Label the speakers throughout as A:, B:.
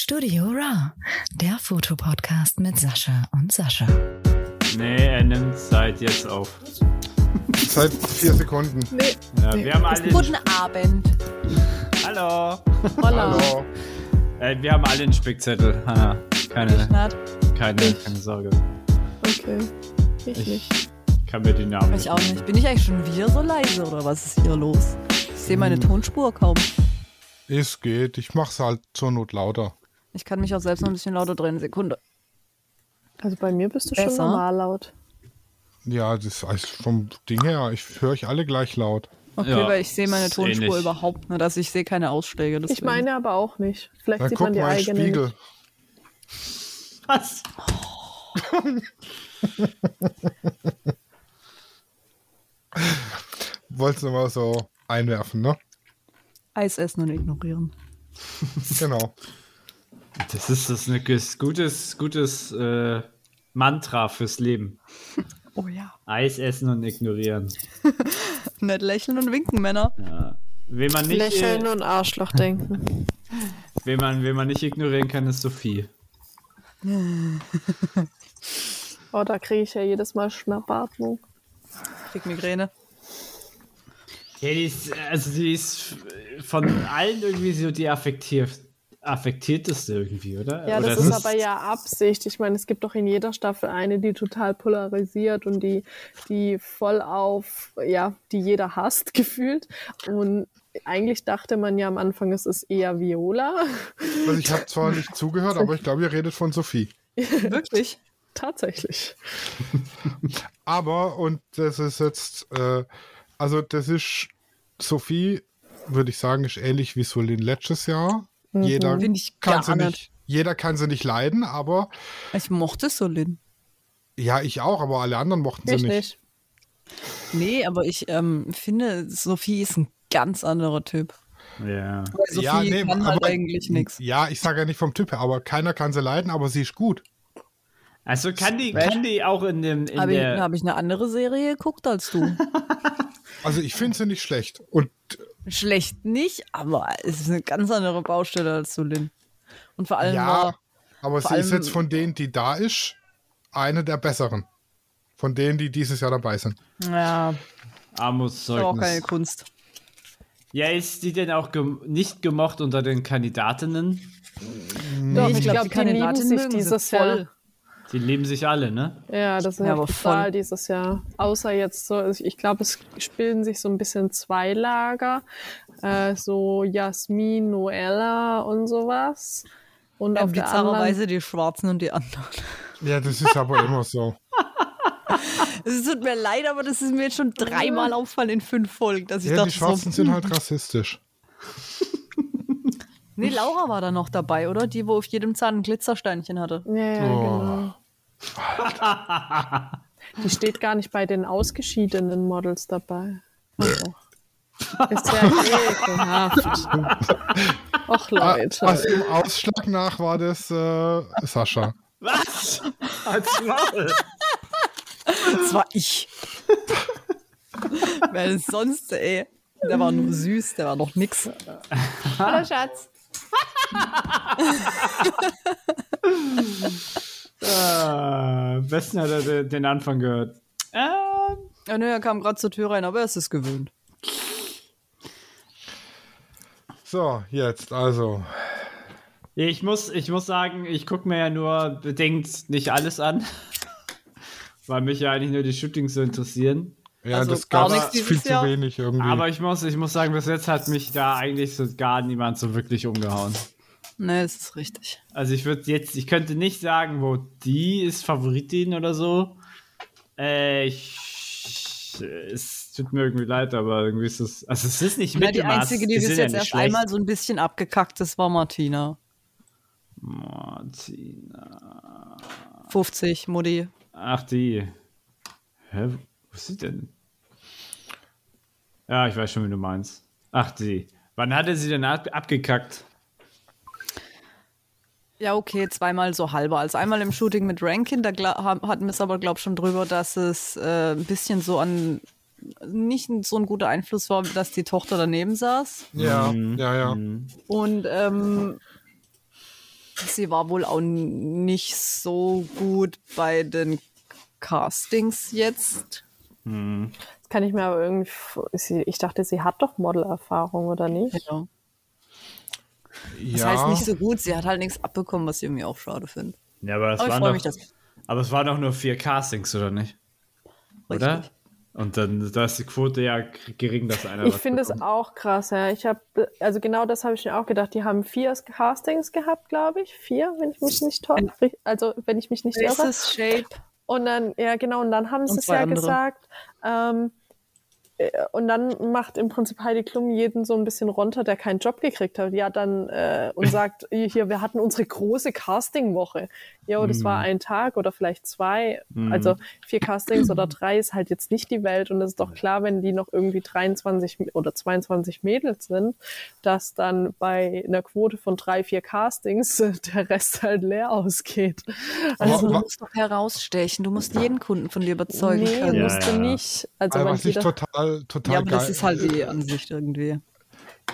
A: Studio Raw, der Fotopodcast mit Sascha und Sascha.
B: Nee, er nimmt Zeit jetzt auf.
C: Seit vier Sekunden.
D: Nee.
B: Ja,
D: Nee.
B: wir haben alle.
D: Guten Abend.
B: Hallo!
D: Holla.
C: Hallo.
B: Äh, wir haben alle einen Spickzettel. Hanna, keine,
D: Schnatt.
B: keine, keine Sorge.
D: Okay. Ich, nicht.
B: Ich kann mir die Namen.
D: Ich auch nicht. Bin ich eigentlich schon wieder so leise oder was ist hier los? Ich sehe
B: Hm.
D: meine Tonspur kaum.
C: Es geht. Ich mach's halt zur Not lauter.
D: Ich kann mich auch selbst noch ein bisschen lauter drehen. Sekunde.
E: Also bei mir bist du schon
D: Besser.
E: normal laut.
C: Ja, das ist vom Ding her. Ich höre euch alle gleich laut.
D: Okay,
B: Ja,
D: weil ich sehe meine
B: ist eh
D: Tonspur
B: ähnlich.
D: überhaupt nicht. Also ich sehe keine Ausschläge. Deswegen.
E: Ich meine aber auch nicht. Vielleicht
C: Dann
E: sieht
C: guck
E: man die
C: mal in den
E: eigene.
C: Spiegel.
B: Was?
C: Wolltest du mal so einwerfen, ne?
D: Eis essen und ignorieren.
C: Genau.
B: Das ist das ist ein ges- gutes, gutes äh, Mantra fürs Leben.
D: Oh ja.
B: Eis essen und ignorieren.
D: Nett lächeln und winken, Männer.
B: Ja. Wen man nicht, äh,
E: Lächeln und Arschloch denken.
B: wen man, wen man nicht ignorieren kann, ist Sophie.
E: Oh, da kriege ich ja jedes Mal Schnappatmung.
D: Krieg Migräne.
B: Ja, die ist, also die ist von allen irgendwie so die affektiert, affektierteste irgendwie, oder?
E: Ja,
B: oder
E: das
B: es
E: ist aber ja Absicht. Ich meine, es gibt doch in jeder Staffel eine, die total polarisiert und die, die voll auf, ja, die jeder hasst gefühlt. Und eigentlich dachte man ja am Anfang, es ist eher Viola.
C: Also ich habe zwar nicht zugehört, aber ich glaube, ihr redet von Sophie.
D: Wirklich?
E: Tatsächlich.
C: Aber, und das ist jetzt, äh, also das ist, Sophie, würde ich sagen, ist ähnlich wie Solin letztes Jahr. Jeder,
D: Mhm. Finde ich
C: kann
D: gar
C: sie
D: nicht.
C: nicht, jeder kann sie nicht leiden, aber
D: Ich mochte Solin.
C: ja, ich auch, aber alle anderen mochten
E: Ich
C: sie nicht.
E: nicht.
D: Nee, aber ich ähm, finde, Sophie ist ein ganz anderer Typ.
B: Ja.
D: Weil Sophie kann halt eigentlich nichts.
C: Ja, ich sage ja nicht vom Typ her, aber keiner kann sie leiden, aber sie ist gut.
B: Also kann die, kann die auch in dem. In
D: Habe ich,
B: der,
D: hab ich eine andere Serie geguckt als du?
C: Also ich finde sie nicht schlecht. Und
D: Schlecht nicht, aber es ist eine ganz andere Baustelle als du, Lin. Und vor allem
C: ja,
D: war,
C: aber
D: vor
C: sie ist
D: allem-
C: jetzt von denen, die da ist, eine der besseren. Von denen, die dieses Jahr dabei sind.
D: ja, war auch keine
B: Armutszeugnis.
D: Kunst.
B: Ja, ist die denn auch gem nicht gemocht unter den Kandidatinnen?
E: Doch,
D: Nee,
E: ich glaube,
D: die
E: die lieben
D: Kandidatin
E: sich
D: mögen sie
E: dieses
D: voll.
E: Jahr.
B: Die lieben sich alle, ne?
E: Ja, das ist
D: Ja,
E: ja,
D: aber voll.
E: total dieses Jahr. Außer jetzt so, also ich glaube, es bilden sich so ein bisschen zwei Lager. Äh, so Jasmin, Noella und sowas. Und
D: Ja,
E: auf der anderen
D: bizarrerweise die Schwarzen und die anderen.
C: Ja, das ist aber immer so.
D: Es tut mir leid, aber das ist mir jetzt schon dreimal auffallen in fünf Folgen, dass ich
C: Ja, die
D: dachte
C: Schwarzen
D: so.
C: sind halt rassistisch.
D: Nee, Laura war da noch dabei, oder? Die, wo auf jedem Zahn ein Glitzersteinchen hatte.
E: Ja, ja,
C: Oh.
E: genau. Die steht gar nicht bei den ausgeschiedenen Models dabei. Oh. Ist ja eh ekelhaft. Och, Leute.
C: Was im Ah, Ausschlag nach war das äh, Sascha.
B: Was? Als Maul.
D: Das war ich. Wer denn sonst, ey? Der war nur süß, der war noch nix. Hallo, Schatz.
B: Äh, am besten hat er de- den Anfang gehört. Ähm,
D: Ja, ne, er kam gerade zur Tür rein, aber er ist es gewöhnt.
C: So, jetzt also.
B: ich, muss, ich muss sagen, ich gucke mir ja nur bedingt nicht alles an, weil mich ja eigentlich nur die Shootings so interessieren.
C: Ja,
D: Also
C: das
D: gar
C: gab
D: nichts
C: es
D: dieses
C: viel zu
D: Jahr.
C: wenig irgendwie.
B: Aber ich muss, ich muss sagen, bis jetzt hat mich da eigentlich so gar niemand so wirklich umgehauen.
D: Ne, es ist richtig.
B: Also ich würde jetzt, ich könnte nicht sagen, wo die ist Favoritin oder so. Äh, ich, es tut mir irgendwie leid, aber irgendwie ist es, also es ist nicht
D: Na, die
B: mittelmaß.
D: einzige, die
B: sind
D: das
B: ja
D: jetzt
B: nicht
D: erst
B: schlecht.
D: einmal so ein bisschen abgekackt ist, war Martina.
B: Martina.
D: 50, Mutti.
B: Ach, die. Hä? Wo ist sie denn? Ja, ich weiß schon, wie du meinst. Ach, die. Wann hatte sie denn ab abgekackt?
D: Ja, okay, zweimal so halber. Als einmal im Shooting mit Rankin, da gla- ha- hatten wir es aber, glaube ich, schon drüber, dass es äh, ein bisschen so an nicht so ein guter Einfluss war, dass die
B: Mhm.
D: Tochter daneben saß.
C: ja, ja, ja.
D: Und ähm, sie war wohl auch nicht so gut bei den Castings jetzt.
B: Hm.
E: Das kann ich mir aber irgendwie. vor- Sie, ich dachte, sie hat doch Modelerfahrung, oder nicht?
D: Ja. Das
C: ja,
D: heißt nicht so gut, sie hat halt nichts abbekommen, was ich irgendwie auch schade finde.
B: Ja,
E: Oh,
B: aber, es
D: Aber ich
B: waren
D: freue
B: doch-
D: mich, dass.
B: aber es waren doch nur vier Castings, oder nicht? Oder?
D: Richtig.
B: Und dann da ist die Quote ja g- gering, dass einer.
E: Ich
B: was
E: finde es
B: bekommt.
E: auch krass, ja. Ich habe, also genau das habe ich mir auch gedacht. Die haben vier Castings gehabt, glaube ich. Vier, wenn ich mich nicht toll, also wenn ich mich nicht irre.
D: Faces, Shape.
E: Und dann, ja genau, und dann haben sie
D: Und
E: es
D: zwei
E: ja
D: andere.
E: gesagt. Ähm, äh, und dann macht im Prinzip Heidi Klum jeden so ein bisschen runter, der keinen Job gekriegt hat. Ja, dann äh, und sagt, hier, wir hatten unsere große Casting-Woche. Ja, das
B: Mhm.
E: war ein Tag oder vielleicht zwei.
B: Mhm.
E: Also vier Castings oder drei ist halt jetzt nicht die Welt. Und es ist doch klar, wenn die noch irgendwie 23 M- oder 22 Mädels sind, dass dann bei einer Quote von drei, vier Castings äh, der Rest halt leer ausgeht.
D: Also,
C: Aber
D: du
C: wa-
D: musst doch herausstechen. Du musst jeden Kunden von dir überzeugen
E: nee,
D: können.
B: Ja,
E: musste
B: ja.
E: nicht. Also
C: aber
E: wenn
C: was ich
E: jeder-
C: total, total
D: Ja, aber
C: geil,
D: das ist halt die Ansicht irgendwie.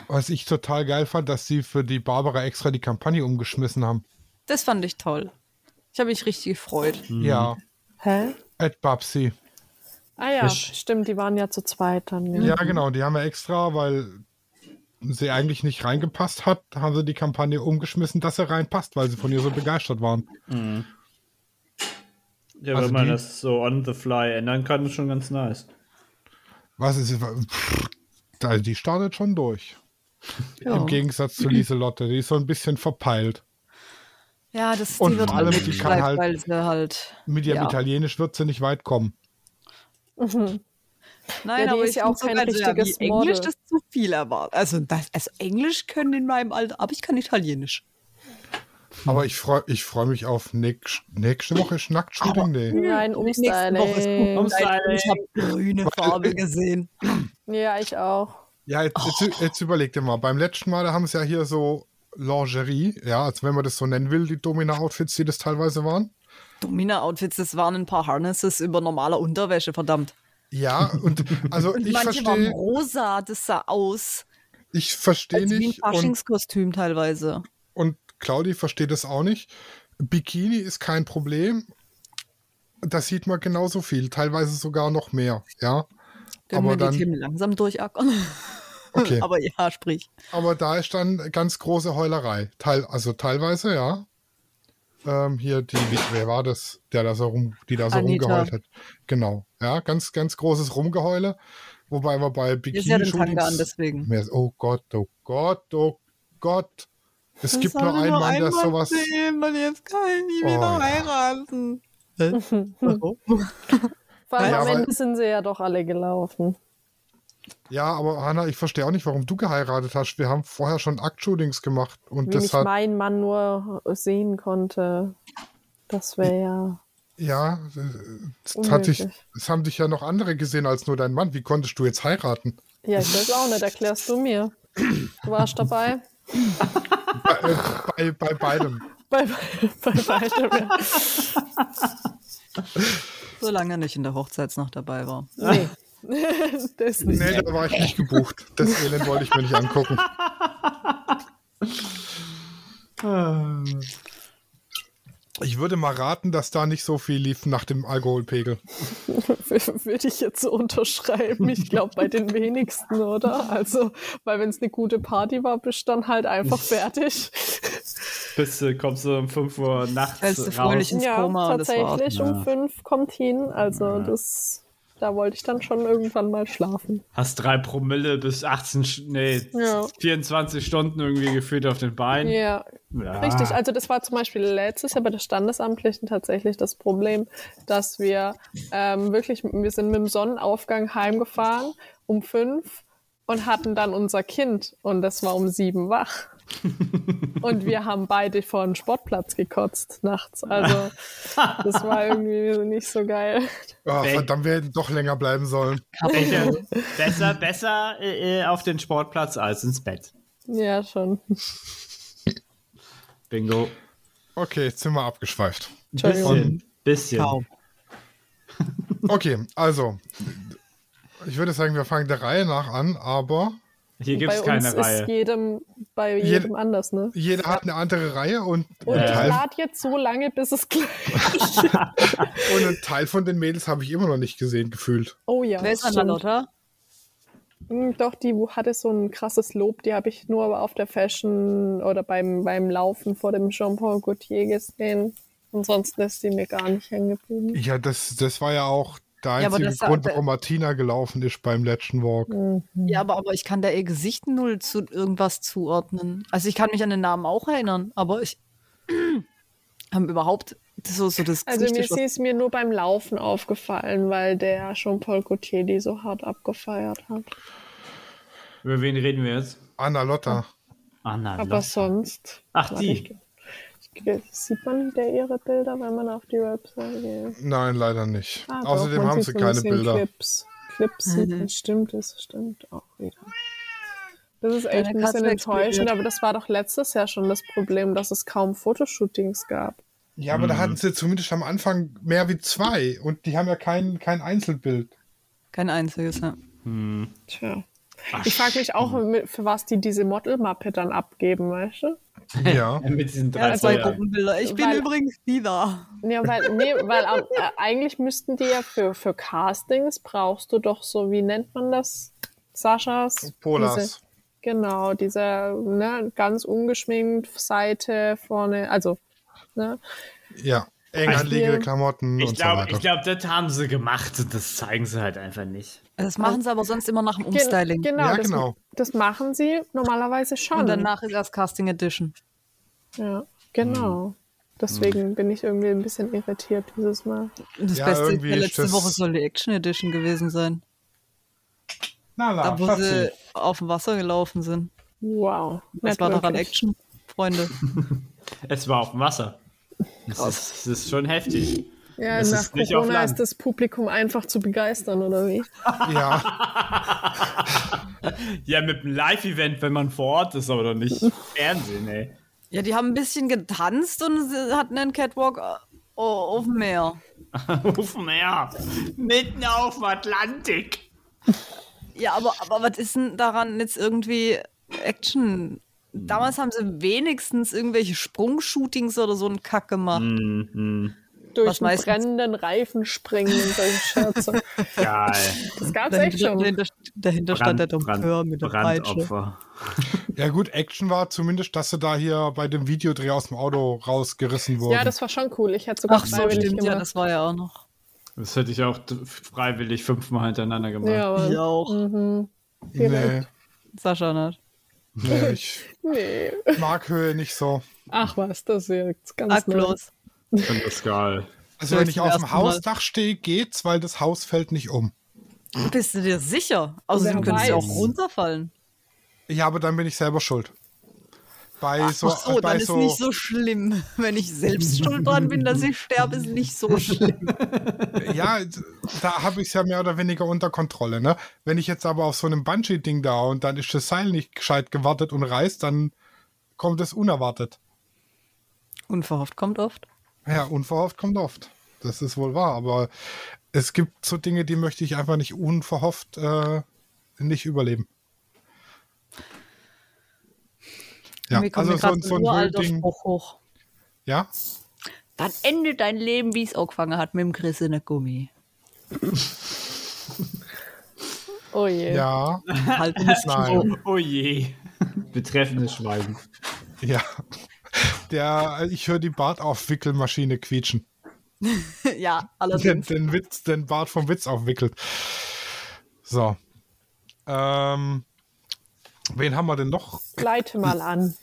C: was ich total geil fand, dass sie für die Barbara extra die Kampagne umgeschmissen haben.
D: Das fand ich toll. Ich habe mich richtig gefreut.
B: Mhm.
C: Ja,
E: Hä?
C: Ed Babsi.
E: Ah ja,
B: Fisch.
E: stimmt, die waren ja zu zweit dann. Ja.
C: Ja, genau, die haben wir extra, weil sie eigentlich nicht reingepasst hat, haben sie die Kampagne umgeschmissen, dass er reinpasst, weil sie von ihr so begeistert waren.
B: Ja,
C: also
B: wenn man
C: die-
B: das so on the fly ändern kann, ist schon ganz nice.
C: Was ist. pff, Also die startet schon durch.
D: Ja,
C: Im Gegensatz zu Lieselotte. Die ist so ein bisschen verpeilt.
D: ja das
C: Und
D: die wird
C: vor allem,
D: halt
C: die kann
D: geschleift,
C: halt-
D: weil sie halt.
C: Mit ihrem
D: Ja.
C: Italienisch wird sie nicht weit kommen.
D: Nein,
E: Ja, die
D: aber
E: ist
D: ich
E: ja auch
D: find's so
E: kein
D: geil, so, ja, wie
E: richtiges
D: Englisch,
E: Model.
D: das ist zu viel erwartet. Also, das, also Englisch können in meinem Alter, aber ich kann Italienisch.
C: Aber ich freue ich freu mich auf nächst, nächste Woche ist Nacktshooting. Nee.
E: Nein,
D: Nächste Woche ist
E: Umstyling.
B: Umstyling.
D: Ich habe grüne Farbe gesehen.
E: Ja, ich auch.
C: Ja, jetzt, jetzt, jetzt überleg dir mal. Beim letzten Mal, da haben sie ja hier so Lingerie, ja, also wenn man das so nennen will, die Domina-Outfits, die das teilweise waren.
D: Domina-Outfits, das waren ein paar Harnesses über normaler Unterwäsche, verdammt.
C: Ja, und also
D: Und
C: ich
D: manche waren
C: verstehe
D: rosa, das sah aus
C: ich versteh
D: als wie ein
C: nicht und,
D: Faschingskostüm teilweise.
C: und Claudi versteht das auch nicht. Bikini ist kein Problem. Das sieht man genauso viel, teilweise sogar noch mehr, ja.
D: Können
C: aber
D: wir
C: dann-
D: die Themen langsam durchackern?
C: Okay.
D: Aber ja, sprich.
C: Aber da ist dann ganz große Heulerei. Teil, also teilweise, ja. Ähm, hier, die, wie, wer war das, der da so rum, die da so
D: Anita.
C: rumgeheult hat? Genau. Ja, ganz, ganz großes Rumgeheule. Wobei wir bei
D: Ist ja den Tanga an,
C: Bikini-Shootings.
D: deswegen.
C: mehr- oh Gott, oh Gott, oh Gott. Es gibt nur einen Mann, der sowas.
D: und jetzt kann ich nie
C: Oh, wieder ja.
D: heiraten.
E: Vor allem
C: Ja,
E: am
C: aber-
E: Ende sind sie ja doch alle gelaufen.
C: Ja, aber Hanna, ich verstehe auch nicht, warum du geheiratet hast. Wir haben vorher schon Aktshootings gemacht und
E: Wenn
C: das
E: ich
C: hat.
E: meinen Mann nur sehen konnte, das wäre ja.
C: Ja, das, hat dich,
E: Unmöglich.
C: das haben dich ja noch andere gesehen als nur dein Mann. Wie konntest du jetzt heiraten?
E: Ja, ich weiß auch nicht, erklärst du mir. Du warst dabei.
C: Äh, bei, bei beidem.
E: Bei, bei, bei beidem, ja.
D: Solange er nicht in der Hochzeitsnacht dabei war.
E: Nee. das nicht.
C: Nee, da war ich nicht gebucht. Das Elend wollte ich mir nicht angucken. Ich würde mal raten, dass da nicht so viel lief nach dem Alkoholpegel.
E: würde ich jetzt so unterschreiben. Ich glaube, bei den wenigsten, oder? Also, weil wenn es eine gute Party war, bist du dann halt einfach fertig.
B: Bis du kommst du um 5 Uhr
D: Fällst du
B: nachts
D: fröhlich
B: raus.
D: ins Koma, das war's.
E: tatsächlich um fünf kommt hin. Also, das, da wollte ich dann schon irgendwann mal schlafen.
B: Hast 3 Promille bis 18, Sch- nee,
E: Ja.
B: 24 Stunden irgendwie gefühlt auf den Beinen.
E: Ja,
B: Ja.
E: richtig. Also, das war zum Beispiel letztes Jahr bei der Standesamtlichen tatsächlich das Problem, dass wir ähm, wirklich, wir sind mit dem Sonnenaufgang heimgefahren um fünf und hatten dann unser Kind und das war um sieben wach. Und wir haben beide vor den Sportplatz gekotzt nachts. Also das war irgendwie nicht so geil.
C: Ah,
B: Ey.
C: verdammt, wir hätten doch länger bleiben sollen.
B: Besser, besser, besser äh, äh, auf den Sportplatz als ins Bett.
E: Ja, schon.
B: Bingo.
C: Okay, jetzt sind wir abgeschweift.
E: Entschuldigung.
B: Bisschen. Bisschen.
D: Kaum.
C: Okay, also. Ich würde sagen, wir fangen der Reihe nach an, aber
B: Hier gibt
E: bei
B: es
E: uns
B: keine
E: ist
B: Reihe.
E: jedem bei
C: Jed-
E: jedem anders, ne?
C: Jeder hat eine andere Reihe und,
E: Und
C: ein
E: ich
B: Äh.
C: Teil,
E: lade jetzt so lange, bis es gleich.
C: und ein Teil von den Mädels habe ich immer noch nicht gesehen, gefühlt.
E: Oh ja.
D: Wer ist
E: stimmt.
D: an Lotta?
E: Mm, Doch, die hatte so ein krasses Lob, die habe ich nur aber auf der Fashion oder beim, beim Laufen vor dem Jean-Paul Gaultier gesehen. Ansonsten ist sie mir gar nicht hängen geblieben.
C: Ja, das, das war ja auch der
D: Ja, aber
C: einzige
D: das-
C: Grund, warum Martina gelaufen ist beim letzten Walk.
E: Mhm.
D: Ja, aber, aber ich kann da ihr Gesicht null zu irgendwas zuordnen. Also ich kann mich an den Namen auch erinnern, aber ich habe überhaupt so, so das
E: Also mir,
D: Gesicht.
E: sie ist mir nur beim Laufen aufgefallen, weil der Jean-Paul Gaultier die so hart abgefeiert hat.
B: Über wen reden wir jetzt? Ah,
C: Anna Lotta.
B: Anna.
E: Aber
B: Lotta.
E: sonst.
B: Ach,
E: Warte,
B: die.
E: ich- ich- ich- Sieht man der ihre Bilder, wenn man auf die Website geht?
C: Nein, leider nicht.
E: Ah, doch,
C: Außerdem
E: man
C: haben
E: sieht
C: sie
E: so ein
C: keine
E: bisschen
C: Bilder.
E: Clips. Clips
D: Mhm.
E: sieht man, stimmt, das stimmt auch wieder. Das ist echt
D: Deine
E: ein
D: Katze
E: bisschen enttäuschend,
D: explodiert.
E: aber das war doch letztes Jahr schon das Problem, dass es kaum Fotoshootings gab.
C: Ja, aber da hatten sie zumindest am Anfang mehr wie zwei und die haben ja kein, kein Einzelbild.
D: Kein einziges, ja.
E: Tja. Ich frage mich auch,
C: hm.
E: mit- für was die diese Modelmappe dann abgeben, weißt du?
C: Ja.
B: Mit diesen drei
E: Ja, das
D: Zwei
B: Bildern.
D: Gruppenbilder. Ich bin
E: Weil-
D: übrigens die da.
E: Ja, weil, nee, weil am- äh, eigentlich müssten die ja für, für Castings brauchst du doch so, wie nennt man das? Saschas?
C: Polas.
E: Diese, genau, diese ne, ganz ungeschminkt Seite vorne, also, ne?
C: Ja. Eng anliegende Klamotten
B: Ich
C: und
B: glaube,
C: so
B: ich
C: weiter.
B: glaub, das haben sie gemacht und das zeigen sie halt einfach nicht.
D: Also Das machen sie aber sonst immer nach dem
E: Gen-
D: Umstyling.
E: Genau,
C: Ja,
E: das,
C: genau.
E: das machen sie normalerweise schon.
D: Und danach ist erst Casting Edition.
E: ja, genau.
B: Hm.
E: Deswegen bin ich irgendwie ein bisschen irritiert dieses Mal.
D: Das
C: Ja,
D: Beste
C: irgendwie
D: der
C: ist
D: letzte
C: das-
D: Woche soll die Action Edition gewesen sein.
C: Na,
D: Da,
C: na,
D: wo sie auf dem Wasser gelaufen sind.
E: Wow.
D: Das
E: nicht
D: war daran
E: wirklich.
D: Action, Freunde.
B: Es war auf dem Wasser. Das ist, das ist schon heftig.
E: Ja,
B: Das
E: nach
B: ist nicht auf
E: Corona
B: Land.
E: ist das Publikum einfach zu begeistern, oder wie?
C: Ja,
B: Ja, mit einem Live-Event, wenn man vor Ort ist, aber doch nicht Fernsehen, ey.
D: Ja, die haben ein bisschen getanzt und sie hatten einen Catwalk äh, au- auf dem Meer.
B: Auf dem Meer. Mitten auf dem Atlantik.
D: Ja, aber, aber was ist denn daran jetzt irgendwie Action? Damals haben sie wenigstens irgendwelche Sprungshootings oder so einen Kack gemacht.
E: Durch
D: Was
E: einen
D: meistens-
E: brennenden Reifen springen und solche Scherze.
B: Geil.
E: Das gab's echt
D: Dahinter,
E: schon.
D: dahinter, dahinter stand der Dompteur mit der Peitsche.
B: Brandopfer.
C: ja gut, Action war zumindest, dass sie da hier bei dem Videodreh aus dem Auto rausgerissen wurden.
E: Ja, das war schon cool. Ich hätte sogar
D: Ach so,
E: freiwillig
D: stimmt, ja,
E: gemacht.
D: das war ja auch noch.
B: Das hätte ich auch d- freiwillig fünfmal hintereinander gemacht.
E: Ja, aber
D: Ich auch.
E: Mhm.
C: nee,
D: Hm, Sascha nicht.
C: nee, ich
E: Nee.
C: mag Höhe nicht so.
E: Ach was, das ist ja jetzt ganz
D: Ag
E: neu.
D: bloß.
B: Ich finde das geil.
C: Also
D: Ja,
C: wenn
D: zum
C: ich auf
D: ersten
C: dem
D: Mal.
C: Hausdach stehe, geht's, weil das Haus fällt nicht um.
D: Bist du dir sicher? Außerdem
E: Wer
D: könntest du auch
E: weiß.
D: runterfallen.
C: Ja, aber dann bin ich selber schuld. Bei so,
D: Ach so,
C: bei
D: dann ist
C: so,
D: nicht so schlimm. Wenn ich selbst schuld dran bin, dass ich sterbe, ist nicht so schlimm.
C: ja, da habe ich es ja mehr oder weniger unter Kontrolle. Ne? Wenn ich jetzt aber auf so einem Bungee-Ding da und dann ist das Seil nicht gescheit gewartet und reißt, dann kommt es unerwartet.
D: Unverhofft kommt oft.
C: Ja, unverhofft kommt oft. Das ist wohl wahr, aber es gibt so Dinge, die möchte ich einfach nicht unverhofft äh, nicht überleben. Ja,
D: Mir kommt
C: also
D: mir
C: so,
D: grad
C: ein- so ein
D: uralter
C: Höhlding.
D: Spruch hoch.
C: Ja,
D: Dann endet dein Leben, wie es angefangen hat, mit dem Chris in der Gummi.
E: Oh je.
C: ja,
D: Halt ein bisschen
C: nein.
B: Oh, oh je. Betreffendes Schweigen.
C: Ja. Der, ich höre die Bartaufwickelmaschine quietschen.
D: so. Ja,
C: Den,
D: allerdings.
C: den Witz, den Bart vom Witz aufwickelt. So. Ähm, wen haben wir denn noch?
E: Leite mal an.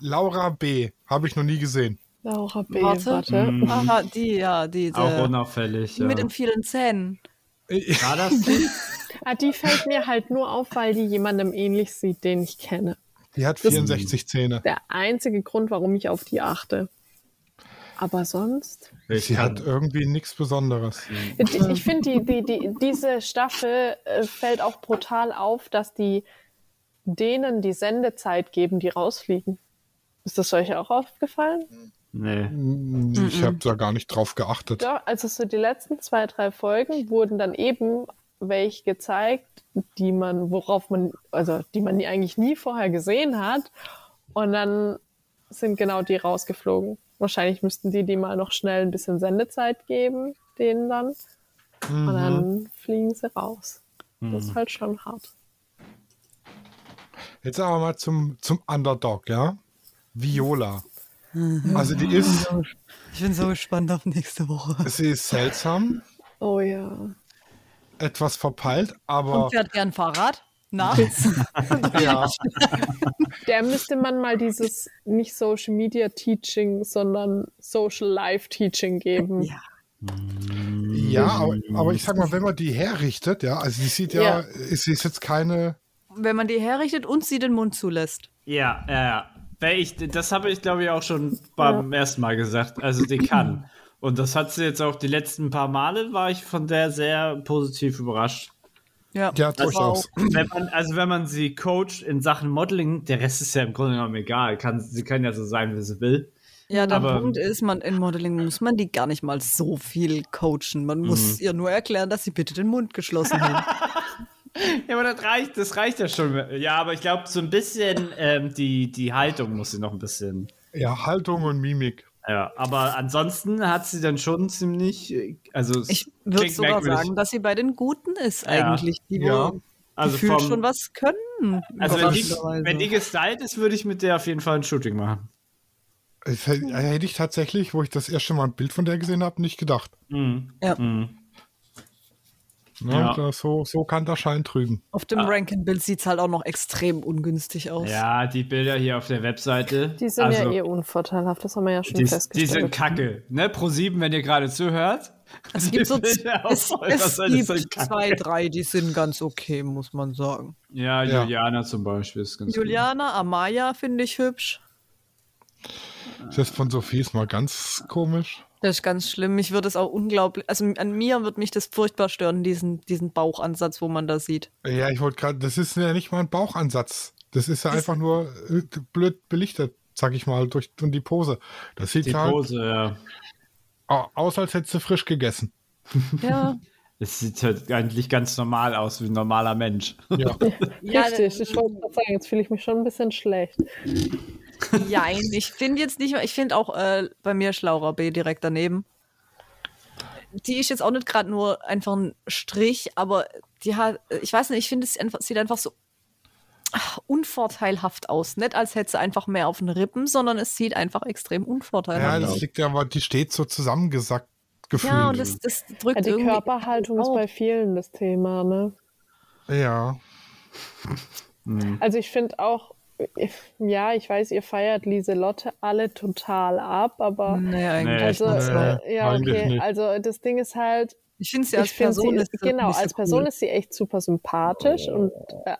C: Laura B. Habe ich noch nie gesehen.
E: Laura B.
D: Warte.
E: Warte.
D: Aha, die, ja, die,
B: Auch
D: die,
B: unauffällig.
D: die
B: Ja.
D: Äh, mit den vielen Zähnen.
B: War das die?
E: Ah, die fällt mir halt nur auf, weil die jemandem ähnlich sieht, den ich kenne.
C: Die hat 64 Zähne.
E: Der einzige Grund, warum ich auf die achte. Aber sonst?
C: Sie hat irgendwie nichts Besonderes.
E: Ich, ich finde, die, die, die, diese Staffel äh, fällt auch brutal auf, dass die denen die Sendezeit geben, die rausfliegen. Ist das euch auch aufgefallen?
B: Nee.
E: Mhm.
C: Ich habe da gar nicht drauf geachtet.
E: Ja, also so die letzten zwei, drei Folgen wurden dann eben welche gezeigt, die man, worauf man, also die man nie- eigentlich nie vorher gesehen hat. Und dann sind genau die rausgeflogen. Wahrscheinlich müssten die die mal noch schnell ein bisschen Sendezeit geben, denen dann.
C: Mhm.
E: Und dann fliegen sie raus. Das ist halt schon hart.
C: Jetzt aber mal zum, zum Underdog, ja? Viola.
E: Mhm.
C: Also die ist,
D: Ich bin so gespannt auf nächste Woche.
C: sie ist seltsam,
E: Oh ja.
C: etwas verpeilt, aber
D: Und fährt gern Fahrrad? Nachts?
C: ja,
E: Der müsste man mal dieses nicht Social Media Teaching, sondern Social Life Teaching geben.
D: ja.
C: ja aber, aber ich sag mal, wenn man die herrichtet, ja, also die sieht ja,
E: Ja.
C: sie ist jetzt keine,
D: Wenn man die herrichtet und sie den Mund zulässt.
B: Ja, ja, ja. Weil ich, das habe ich, glaube ich, auch schon beim ersten Mal gesagt. Also die kann. Und das hat sie jetzt auch die letzten paar Male, war ich von der sehr positiv überrascht.
D: Ja. Also,
C: ja, durchaus.
B: Wenn man, also wenn man sie coacht in Sachen Modeling, der Rest ist ja im Grunde genommen egal. Kann, sie kann ja so sein, wie sie will.
D: Ja, der
B: Aber-
D: Punkt ist, man, in Modeling muss man die gar nicht mal so viel coachen. Man muss
B: Mhm.
D: ihr nur erklären, dass sie bitte den Mund geschlossen hat.
B: Ja, aber das reicht, das reicht ja schon. Ja, aber ich glaube, so ein bisschen ähm, die, die Haltung muss sie noch ein bisschen.
C: Ja, Haltung und Mimik.
B: Ja, aber ansonsten hat sie dann schon ziemlich. äh, Also es
D: Ich würde
B: klingt
D: sogar
B: merkwürdig.
D: sagen, dass sie bei den Guten ist eigentlich. Die
C: Ja.
D: wohl
B: Also
D: gefühlt
B: vom-
D: schon was können.
B: Also wenn die,
D: überraschenderweise.
B: wenn die gestylt ist, würde ich mit der auf jeden Fall ein Shooting machen.
C: Das
D: Hm.
C: hätte äh, hätte ich tatsächlich, wo ich das erste Mal ein Bild von der gesehen habe, nicht gedacht.
D: ja.
C: Ne?
B: Hm. Ja.
C: Da- So, so kann der Schein trügen.
D: Auf dem Rankin-Bild sieht es halt auch noch extrem ungünstig aus.
B: Ah. Ja, die Bilder hier auf der Webseite.
E: Die sind
B: also,
E: ja eh unvorteilhaft, das haben wir ja schon
B: Die, die
E: festgestellt.
B: sind kacke. Ne, Pro7, wenn ihr gerade zuhört.
D: Es gibt so
B: Die
D: z-
B: Bilder auf
D: es,
B: eurer
D: es
B: Seite sind
D: gibt
B: kacke.
D: zwei, drei, die sind ganz okay, muss man sagen.
B: Ja,
C: Ja.
B: Juliana zum Beispiel ist ganz
D: Juliana, Amaya finde ich hübsch.
C: Das ist von Sophie ist mal ganz komisch.
D: Das ist ganz schlimm. Mich würde es auch unglaublich, also an mir wird mich das furchtbar stören, diesen, diesen Bauchansatz, wo man das sieht.
C: Ja, ich wollte gerade, das ist ja nicht mal ein Bauchansatz. Das ist ja einfach nur äh, blöd belichtet, sag ich mal, durch und die Pose. Das sieht
B: Die
C: halt
B: Pose, ja.
C: au- aus, als hättest du frisch gegessen.
D: Ja,
B: Es sieht halt eigentlich ganz normal aus, wie ein normaler Mensch.
C: Ja.
E: Richtig, ich wollte gerade sagen, jetzt fühle ich mich schon ein bisschen schlecht.
D: jein. Ich finde jetzt nicht mehr, ich finde auch äh, bei mir Schlaurer B direkt daneben. Die ist jetzt auch nicht gerade nur einfach ein Strich, aber die hat, äh, ich weiß nicht, ich finde, es einfach, sieht einfach so ach, unvorteilhaft aus. Nicht als hätte sie einfach mehr auf den Rippen, sondern es sieht einfach extrem
C: ja,
B: genau.
D: unvorteilhaft
C: das
D: aus.
C: liegt ja, aber die steht so zusammengesackt gefühlt.
D: Ja, und das, das
E: Ja,
D: drückt
E: die
D: irgendwie.
E: Körperhaltung ist
D: auf.
E: bei vielen das Thema, ne?
C: ja.
B: Hm.
E: Also ich finde auch, ja, ich weiß, ihr feiert Lieselotte alle total ab, aber
D: Nee, eigentlich.
B: Nee.
E: also,
C: nicht so.
E: äh, ja,
C: Eigentlich
E: okay.
C: nicht.
E: Also das Ding ist halt,
D: Ich finde sie als
E: ich finde
D: Person
E: sie
D: ist
E: ist, genau
D: nicht so
E: als Person
D: cool.
E: ist sie echt super sympathisch und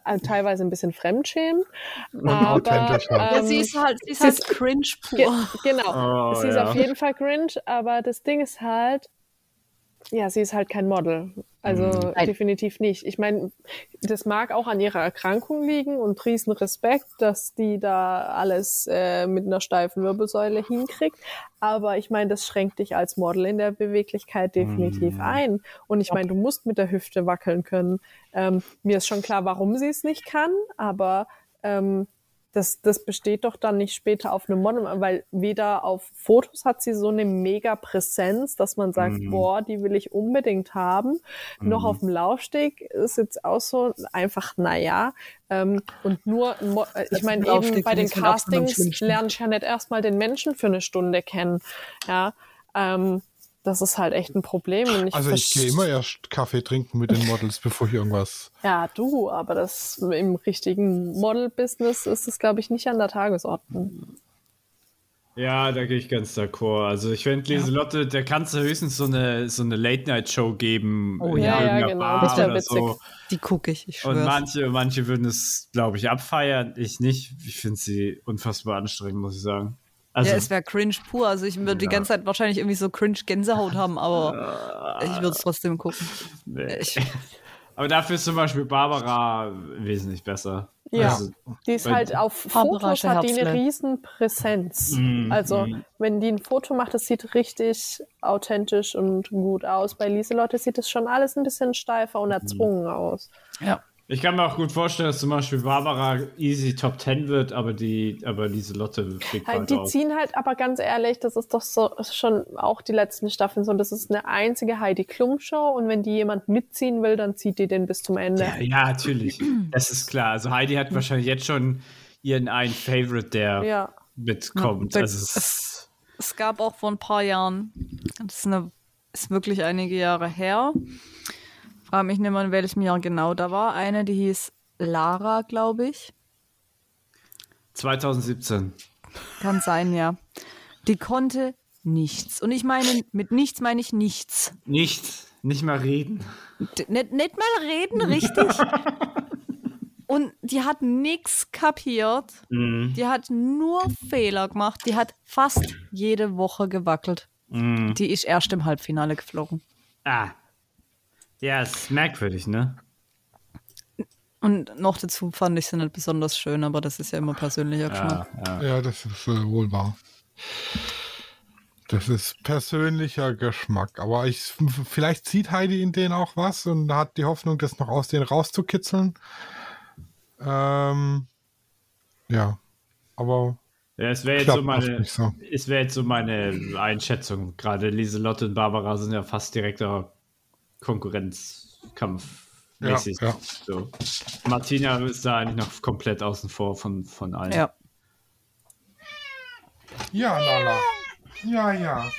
E: äh, teilweise ein bisschen fremdschämen,
C: Und
E: aber
C: authentisch halt.
D: ja,
E: ähm,
D: sie ist halt, sie ist
E: sie
D: halt
E: ist-
D: cringe
E: Ge
D: pur.
E: Genau.
B: Oh,
E: sie ist
B: ja.
E: auf jeden Fall cringe, aber das Ding ist halt, ja, sie ist halt kein Model. Also
B: Mhm.
D: Nein.
E: definitiv nicht. Ich meine, das mag auch an ihrer Erkrankung liegen und riesen Respekt, dass die da alles äh, mit einer steifen Wirbelsäule hinkriegt. Aber ich meine, das schränkt dich als Model in der Beweglichkeit definitiv
B: Mhm.
E: ein. Und ich meine, du musst mit der Hüfte wackeln können. Ähm, mir ist schon klar, warum sie es nicht kann, aber ähm, das, das besteht doch dann nicht später auf einem Model, weil weder auf Fotos hat sie so eine mega Präsenz, dass man sagt,
C: Mhm.
E: boah, die will ich unbedingt haben, noch auf dem Laufsteg ist jetzt auch so einfach, naja. Ähm, und nur, Mo- äh, ich
C: Also
D: Auf
E: meine,
D: dem
E: eben
D: Laufsteg
E: bei
D: finde
E: den
D: ich es am absoluten
E: Castings
D: schlimmsten.
E: lerne ich ja nicht erstmal den Menschen für eine Stunde kennen. Ja, ähm, das ist halt echt ein Problem. Und ich
C: Also ich
E: verstehe-
C: gehe immer erst Kaffee trinken mit den Models, bevor ich irgendwas.
E: ja, du, aber das im richtigen Model-Business ist es, glaube ich, nicht an der Tagesordnung.
B: Ja, da gehe ich ganz d'accord. Also ich finde, Lieselotte, der kannst du höchstens so eine, so eine Late-Night-Show geben.
D: Oh
B: in
D: ja. Ja,
E: ja,
B: irgendeiner
E: genau.
B: Bar
E: Das wär
B: oder
E: witzig.
B: so.
D: Die gucke ich, ich
B: Und
D: schwöre.
B: manche, manche würden es, glaube ich, abfeiern. Ich nicht. Ich finde sie unfassbar anstrengend, muss ich sagen. Also,
D: ja, es wäre cringe pur. Also ich würde die ganze Zeit wahrscheinlich irgendwie so cringe Gänsehaut haben, aber ich würde es trotzdem gucken.
B: nee.
D: Ich,
B: Aber dafür ist zum Beispiel Barbara wesentlich besser.
E: Ja.
B: Also,
E: Die ist
B: Weil-
E: halt auf
D: Barbara
E: Fotos hat die eine
D: Schehrbsle.
E: riesen Präsenz.
B: Mhm.
E: Also
B: Mhm.
E: wenn die ein Foto macht, das sieht richtig authentisch und gut aus. Bei Lieselotte sieht es schon alles ein bisschen steifer
B: Mhm.
E: und erzwungen aus.
D: Ja.
B: ich kann mir auch gut vorstellen, dass zum Beispiel Barbara easy Top 10 wird, aber die, aber diese Lotte kriegt
E: Halt,
B: halt
E: die
B: auf.
E: ziehen halt aber ganz ehrlich, das ist doch so schon auch die letzten Staffeln so. Das ist eine einzige Heidi Klum Show und wenn die jemand mitziehen will, dann zieht die den bis zum Ende.
B: Ja, ja, natürlich. Das ist klar. Also Heidi hat wahrscheinlich jetzt schon ihren einen Favorite, der
E: Ja.
B: mitkommt.
D: Ja,
B: Also es
D: das-
B: ist
D: Es gab auch vor ein paar Jahren, das ist, eine, ist wirklich einige Jahre her, frage mich nicht mehr, in welchem Jahr genau da war, eine, die hieß Lara, glaube ich.
B: 2017.
D: Kann sein, ja. Die konnte nichts. Und ich meine, mit nichts meine ich nichts.
B: Nicht, nicht mal reden.
D: D- Nicht, nicht mal reden, richtig? Und die hat nichts kapiert.
B: Mhm.
D: Die hat nur Fehler gemacht. Die hat fast jede Woche gewackelt.
B: Mhm.
D: Die ist erst im Halbfinale geflogen.
B: Ah. Ja, ist merkwürdig, ne?
D: Und noch dazu fand ich sie nicht besonders schön, aber das ist ja immer persönlicher
B: Ah,
D: Geschmack.
C: Ja, das ist äh, wohl wahr. Das ist persönlicher Geschmack. Aber ich, f- vielleicht sieht Heidi in denen auch was und hat die Hoffnung, das noch aus denen rauszukitzeln. Ähm, ja, aber
B: Ja, es wäre jetzt,
C: Klappt
B: so meine-
C: oft nicht so.
B: es wär jetzt so meine Einschätzung. Gerade Lieselotte und Barbara sind ja fast direkter Konkurrenzkampf. Mäßig.
C: Ja, ja.
B: So. Martina ist da eigentlich noch komplett außen vor von, von allen.
D: Ja.
C: ja, Lala. Ja, ja.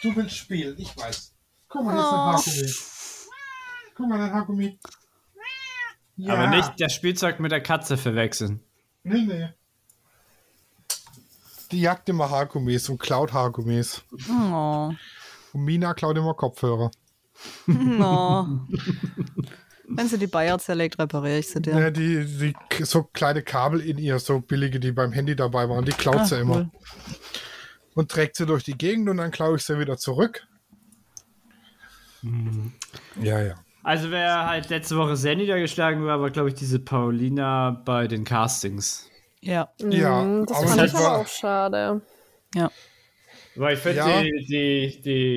C: Du willst spielen, ich weiß. Guck mal, das ist ein Haargummi. Guck mal, ein Haargummi. Ja.
B: Aber nicht das Spielzeug mit der Katze verwechseln.
C: Nee, nee. Die jagt immer Haargummis und klaut Haargummis.
D: Oh,
C: Und Mina klaut immer Kopfhörer.
D: oh. Wenn sie die Bayer zerlegt, repariere ich sie dir.
C: Ja, die, die k- so kleine Kabel in ihr, so billige, die beim Handy dabei waren, die
E: Ah,
C: klaut sie immer.
D: cool.
C: Und trägt sie durch die Gegend und dann klaue ich sie wieder zurück. Ja, ja.
B: Also wer halt letzte Woche sehr niedergeschlagen war, war glaube ich diese Paulina bei den Castings.
D: Ja,
C: Ja,
E: Mhm, das
C: aber
E: fand
B: das
E: ich aber
C: war-
E: auch schade.
D: ja.
B: Weil ich finde,
C: Ja.
B: die, die, die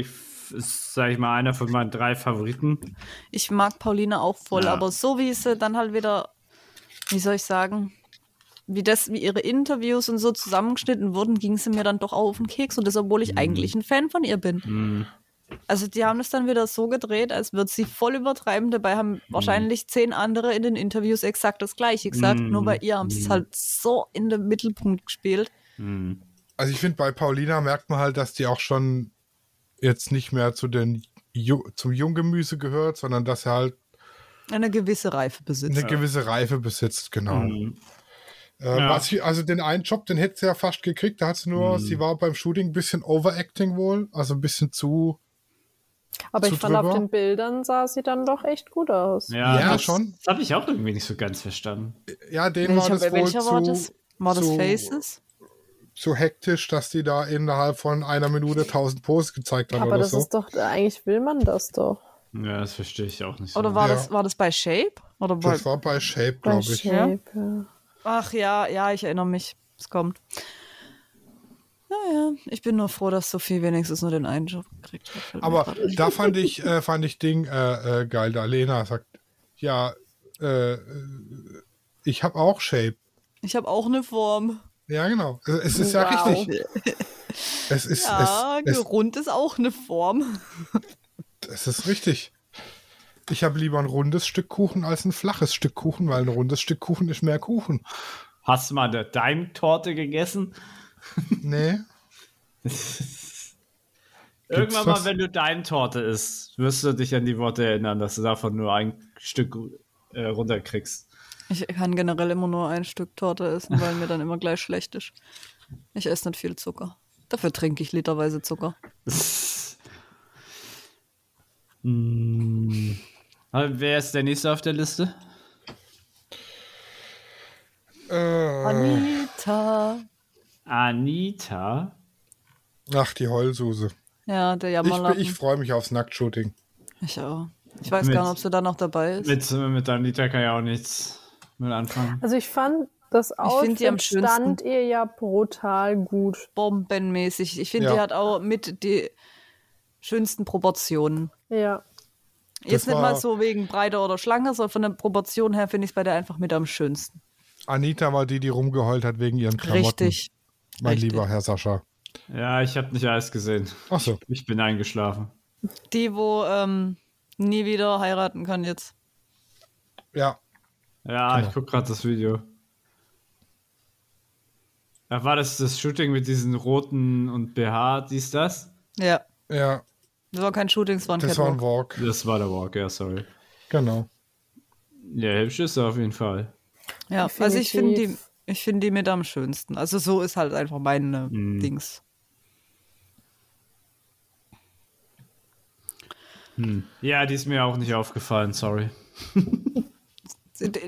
B: ist, sag ich mal, einer von meinen drei Favoriten.
D: Ich mag Pauline auch voll,
B: Ja.
D: aber so wie sie dann halt wieder, wie soll ich sagen, wie das, wie ihre Interviews und so zusammengeschnitten wurden, ging sie mir dann doch auch auf den Keks und das, obwohl
B: Mhm.
D: ich eigentlich ein Fan von ihr bin.
C: Mhm.
D: Also die haben das dann wieder so gedreht, als würde sie voll übertreiben. Dabei haben
B: Mhm.
D: wahrscheinlich zehn andere in den Interviews exakt das gleiche gesagt.
B: Mhm.
D: Nur bei ihr haben sie es halt so in den Mittelpunkt gespielt.
B: Mhm.
C: Also ich finde, bei Paulina merkt man halt, dass die auch schon jetzt nicht mehr zu den Ju zum Junggemüse gehört, sondern dass er halt
D: Eine gewisse Reife besitzt.
C: eine gewisse Reife besitzt, genau.
B: Mhm.
C: Äh,
B: Ja.
C: was ich, also den einen Job, den hätte sie ja fast gekriegt. Da hat sie nur, sie war beim Shooting ein bisschen overacting wohl, also ein bisschen zu.
E: Aber
C: Zu
E: ich fand
C: drüber?
E: auf den Bildern sah sie dann doch echt gut aus.
B: Ja,
C: Ja,
B: das,
C: schon.
B: Das habe ich auch irgendwie nicht so ganz verstanden.
C: Ja, denen war
D: Welcher,
C: das wohl
D: welcher
C: zu,
D: war das? War das
C: zu,
D: Faces?
C: zu hektisch, dass die da innerhalb von einer Minute 1000 Posts gezeigt haben
E: Aber
C: oder
E: das
C: so.
E: ist doch, eigentlich will man das doch.
B: Ja, das verstehe ich auch nicht so.
D: Oder war,
C: Ja.
D: das, war das bei Shape? Oder bei,
C: Das war bei Shape,
E: Bei
C: glaube ich.
E: Shape, ja.
D: Ach ja, ja, ich erinnere mich. Es kommt. Naja, ich bin nur froh, dass Sophie wenigstens nur den einen Job gekriegt hat.
C: Aber da fand ich, äh, fand ich Ding äh, äh, geil. Da Lena sagt, ja, äh, ich habe auch Shape.
D: ich habe auch eine Form.
C: Ja, genau. Es- Es ist ja
E: Wow.
C: richtig. Es ist,
D: Ja,
C: es, es,
D: gerund ist auch eine Form.
C: Das ist richtig. Ich habe lieber ein rundes Stück Kuchen als ein flaches Stück Kuchen, weil ein rundes Stück Kuchen ist mehr Kuchen.
B: Hast du mal eine Daim-Torte gegessen?
C: Nee.
B: Irgendwann
C: was?
B: mal, wenn du Daim-Torte isst, wirst du dich an die Worte erinnern, dass du davon nur ein Stück äh, runterkriegst.
D: Ich kann generell immer nur ein Stück Torte essen, weil mir dann immer gleich schlecht ist. Ich esse nicht viel Zucker. Dafür trinke ich literweise Zucker.
B: Hm. Aber Wer ist der nächste auf der Liste?
C: Äh,
D: Anita.
B: Anita.
C: ach, die Heulsuse.
D: Ja, der
C: Ich, bin-
D: Jammerlappen.
C: ich
D: Ich,
C: freue mich aufs Nacktshooting.
D: auch. Ich weiß
B: Mit-
D: gar nicht, ob sie da noch dabei ist.
B: Mit, mit Anita kann ja auch nichts mit anfangen.
E: Also ich fand das
D: find die am
E: Outfit
D: schönsten.
E: stand ihr ja brutal gut.
D: Bombenmäßig. Ich finde,
C: Ja.
D: die hat auch mit die schönsten Proportionen.
E: Ja.
D: Jetzt nicht mal
C: war-
D: so wegen breiter oder schlanker, sondern von der Proportion her finde ich es bei der einfach mit am schönsten.
C: Anita war die, die rumgeheult hat wegen ihren Klamotten.
D: Richtig.
C: Mein
D: richtig.
C: lieber Herr Sascha.
B: Ja, ich habe nicht alles gesehen.
C: Ach so.
B: Ich bin eingeschlafen.
D: Die, wo ähm, nie wieder heiraten kann jetzt.
C: Ja.
B: Ja,
C: Genau.
B: ich guck gerade das Video. Ja, war das das Shooting mit diesen roten und BH, dies, das?
D: Ja.
C: Ja,
D: Das war kein Shooting, es war ein
C: das war ein
D: Catwalk.
C: Walk.
B: Das war der Walk, ja, sorry.
C: Genau.
B: Ja, hübsch ist er auf jeden Fall.
D: Ja, also ich finde die,
E: Definitiv.
D: ich finde die mit am schönsten. Also so ist halt einfach meine
C: Mhm.
D: Dings.
B: Ja, die ist mir auch nicht aufgefallen, sorry.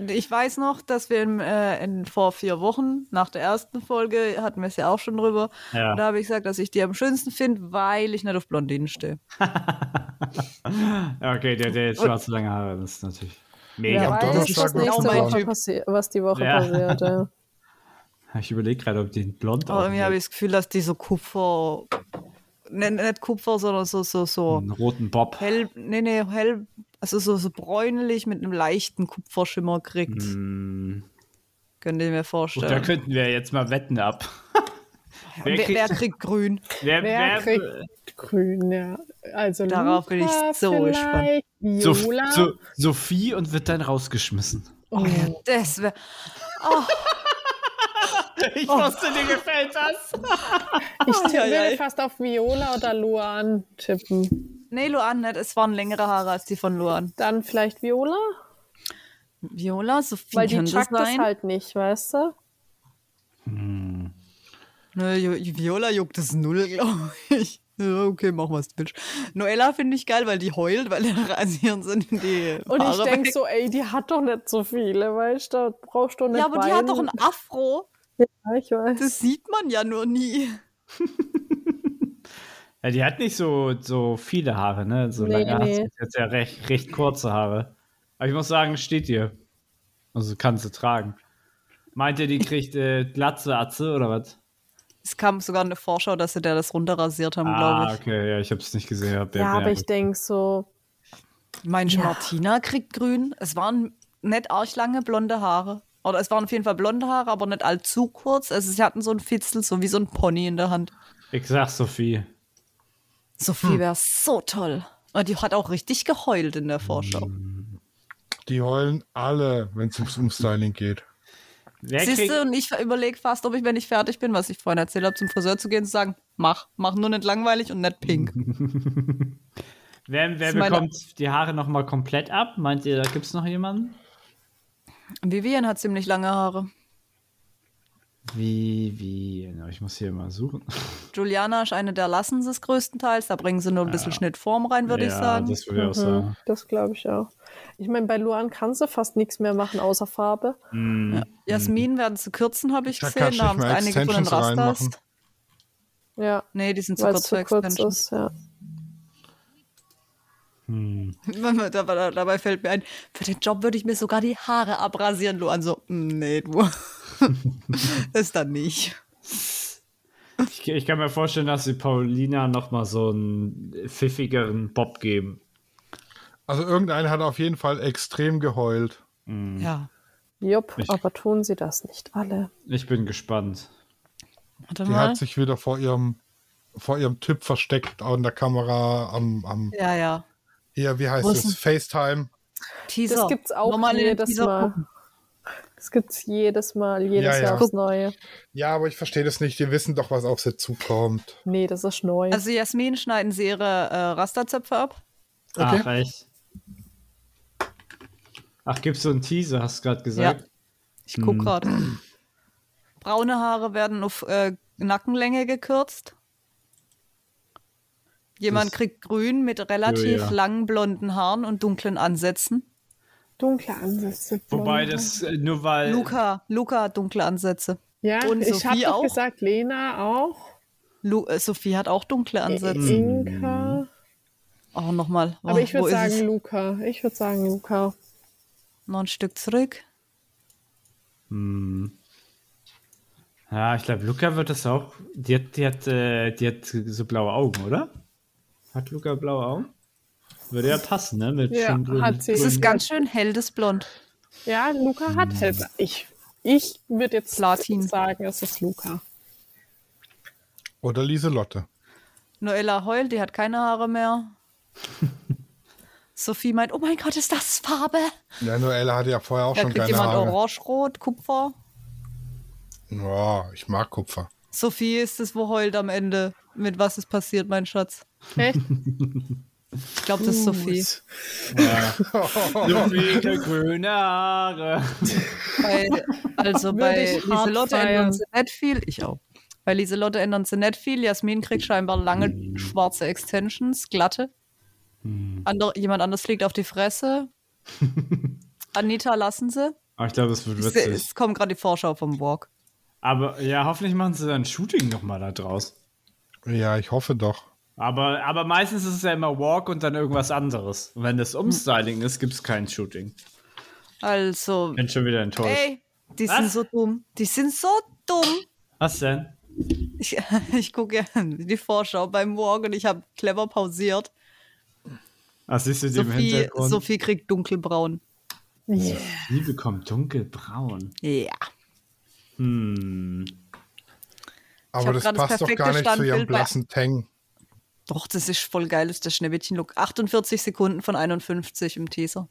D: Ich weiß noch, dass wir im, äh, in, vor vier Wochen nach der ersten Folge hatten wir es ja auch schon drüber.
B: Ja.
D: Und da habe ich gesagt, dass ich die am schönsten finde, weil ich nicht auf Blondinen stehe.
B: Ja, Okay, der, der jetzt schwarze lange Haare, das ist natürlich mega.
E: Wer
C: am
E: weiß,
C: Donnerstag
E: was
C: wird
E: nächste
D: genau mein
E: Woche
D: Typ.
E: passiert, was die Woche
B: Ja.
E: passiert. Ja.
B: Ich überlege gerade, ob die einen blond
D: Aber irgendwie habe
B: einen
D: ich das Gefühl, dass die so Kupfer, ne, nicht Kupfer, sondern so, so, so
B: roten Bob.
D: hell, nee, nee, hell, also so, so bräunlich mit einem leichten Kupferschimmer kriegt.
B: Hm.
D: Könnt ihr mir
B: Gut, da
D: vorstellen.
B: könnten wir jetzt mal wetten ab. wer
D: wer,
B: kriegt-
D: kriegt, wer kriegt grün?
E: Wer kriegt grün? Ja. Also
D: Darauf bin ich
E: Luca
D: so
E: vielleicht,
B: Sof-
E: Viola.
B: so, Sophie und wird dann rausgeschmissen.
E: oh,
D: Das wäre.
B: Ich wusste, dir gefällt das.
E: ich tipp-
D: ja, ja.
E: würde fast auf Viola oder Luan tippen.
D: Nee, Luan nicht. Es ne, waren längere Haare als die von Luan.
E: Dann vielleicht Viola,
D: Viola, Sophie
E: weil die
D: könnte
E: chuckt das
D: sein.
E: halt nicht, weißt du?
D: Nö, Ne, Ju- Viola juckt es null, glaube ich. Ja, okay, mach mal, Bitch. Noella finde ich geil, weil die heult, weil der Rasieren sind in Ah, die
E: Und ich
D: Haare
E: denke
D: weg.
E: so, ey, die hat doch nicht so viele, weißt du? Da brauchst du nicht
D: Ja, aber die hat doch
E: weinen.
D: ein Afro.
E: Ja, ich weiß.
D: Das sieht man ja nur nie.
B: Ja, die hat nicht so, so viele Haare, ne? So
E: Nee,
B: lange hat sie
E: nee.
B: nicht. jetzt ja recht, recht kurze Haare. Aber ich muss sagen, steht ihr. Also kann sie tragen. Meint ihr, die kriegt äh, Glatze Atze oder was?
D: Es kam sogar eine Vorschau, dass sie da das runterrasiert haben,
B: Ah,
D: glaube ich.
B: okay, ja, ich hab's nicht gesehen. Hab
E: ja, aber ich denke so,
D: Meinst du, Martina kriegt grün? Es waren nicht arg lange blonde Haare. Oder es waren auf jeden Fall blonde Haare, aber nicht allzu kurz. Also sie hatten so ein Fitzel, so wie so ein Pony in der Hand.
B: Ich sag Sophie. Hm.
D: Sophie wäre so toll. Und die hat auch richtig geheult in der Vorschau.
B: Hm.
C: Die heulen alle, wenn es ums Umstyling geht.
B: Wer
D: Siehst
B: kriegt,
D: du, und ich überlege fast, ob ich, wenn ich fertig bin, was ich vorhin erzählt habe, zum Friseur zu gehen, zu sagen, mach, mach nur nicht langweilig und nicht pink.
B: wer, wer
D: ist meine-
B: bekommt die Haare nochmal komplett ab? Meint ihr, da gibt's noch jemanden?
D: Vivian hat ziemlich lange Haare.
B: Wie, wie? Na, Ich muss hier mal suchen.
D: Juliana ist eine der lassen sie es größtenteils. Da bringen sie nur ein bisschen Schnittform rein, würde
B: ja,
D: ich sagen. Mhm.
B: das würde ich auch sagen.
E: das glaube ich auch. Ich meine, bei Luan kannst du fast nichts mehr machen außer Farbe.
D: Jasmin werden zu kürzen, habe ich
C: Da
D: gesehen.
C: kannst
D: Da
C: du
D: haben es
C: nicht mal
D: einige von den
C: Extensions
D: Rastas.
C: reinmachen.
E: Ja,
D: Nee, die sind zu
E: weil es
D: kurz
E: zu
D: für
E: kurz
D: Extensions.
E: ist. Ja.
D: Dabei- Dabei fällt mir ein, für den Job würde ich mir sogar die Haare abrasieren, Luan. So, "Mm, nee, du. das dann nicht.
B: Ich, ich kann mir vorstellen, dass sie Paulina nochmal so einen pfiffigeren Bob geben.
C: Also irgendeiner hat auf jeden Fall extrem geheult.
D: Ja.
E: Jupp, aber tun sie das nicht alle.
B: Ich bin gespannt.
D: Warte
C: Die hat sich wieder vor ihrem, vor ihrem Typ versteckt an der Kamera, am, am
D: Ja, ja.
C: hier, wie heißt
D: Wo ist
C: es? FaceTime.
D: Teaser.
E: Das gibt's auch
D: Nochmal in den
E: jedes
D: Teaser
E: Mal.
D: gucken.
E: Das gibt's jedes Mal, jedes
C: Ja, ja.
E: Jahr aufs Neue.
C: Ja, aber ich verstehe das nicht. Die wissen doch, was auf sie zukommt.
E: Nee, das ist neu.
D: Also Jasmin schneiden sie ihre äh, Rasterzöpfe ab.
C: Okay.
B: Ach, echt. Ach, gibt's so einen Teaser, hast du gerade gesagt?
D: Ja. Ich
C: Hm.
D: guck gerade. Braune Haare werden auf äh, Nackenlänge gekürzt. Jemand
B: Das-
D: kriegt grün mit relativ
B: Ja, ja.
D: langen blonden Haaren und dunklen Ansätzen.
E: Dunkle Ansätze.
B: Wobei
E: blonde.
B: das äh, nur weil.
D: Luca, Luca hat dunkle Ansätze.
E: Ja,
D: und
E: ich habe
D: Sophie
E: doch
D: auch.
E: gesagt, Lena auch.
D: Äh, Lu äh, Sophie hat auch dunkle Ansätze.
E: Inka.
D: Oh, nochmal. Oh,
E: Aber ich
D: wo
E: würde
D: ist
E: sagen
D: es?
E: Luca. Ich würde sagen Luca.
D: Noch ein Stück zurück.
B: Hm. Ja, ich glaube, Luca wird das auch. Die hat, die, hat, äh, die hat so blaue Augen, oder? Hat Luca blaue Augen? Würde ja passen, ne? Mit
E: Ja,
B: schön grün-
E: hat sie.
D: Es ist
B: grün-
C: Mhm.
D: ganz schön hell, das Blond.
E: Ja, Luca hat Helfer. Ich, ich würde jetzt
D: Platin.
E: sagen, es ist Luca.
C: Oder Lieselotte.
D: Noella heult, die hat keine Haare mehr. Sophie meint, oh mein Gott, ist das Farbe?
C: Ja, Noelle hatte ja vorher auch
D: Da
C: schon
D: kriegt
C: keine
D: jemand
C: Haare.
D: orange-rot, Kupfer.
C: Ja, ich mag Kupfer.
D: Sophie ist es, wo heult am Ende. Mit was ist passiert, mein Schatz?
E: Echt?
D: Ich glaube, das ist Sophie.
B: Viele grüne Haare.
D: Bei, also
E: Würde
D: bei
E: ich hart
D: Lieselotte
E: feiern.
D: ändern sie nicht viel. Ich auch. Bei Lieselotte ändern sie nicht viel. Jasmin kriegt scheinbar lange schwarze Extensions, glatte. Ander, jemand anders fliegt auf die Fresse. Anita lassen sie.
B: Aber Ah, ich glaube, das wird
D: Es,
B: witzig.
D: es kommt gerade die Vorschau vom Walk.
B: Aber ja, hoffentlich machen sie dann ein Shooting nochmal da draus.
C: Ja, ich hoffe doch.
B: Aber, aber meistens ist es ja immer Walk und dann irgendwas anderes. Und wenn das Umstyling ist, gibt es kein Shooting.
D: Also,
B: Bin schon wieder enttäuscht.
D: ey, die
B: Was?
D: sind so dumm. Die sind so dumm.
B: Was denn?
D: Ich, ich gucke die Vorschau beim Walk und ich habe clever pausiert.
B: Ah, siehst du die im
D: Sophie,
B: Hintergrund?
D: Sophie kriegt dunkelbraun.
B: Die bekommt dunkelbraun.
D: Ja.
B: Hm.
C: Aber
D: hab
C: das
D: grad das
C: passt doch
D: perfekte
C: gar nicht zu ihrem
D: Standbild bei-
C: blassen Tang.
D: Doch, das ist voll geil, ist der Schneewittchen-Look. 48 Sekunden von 51 im Teaser.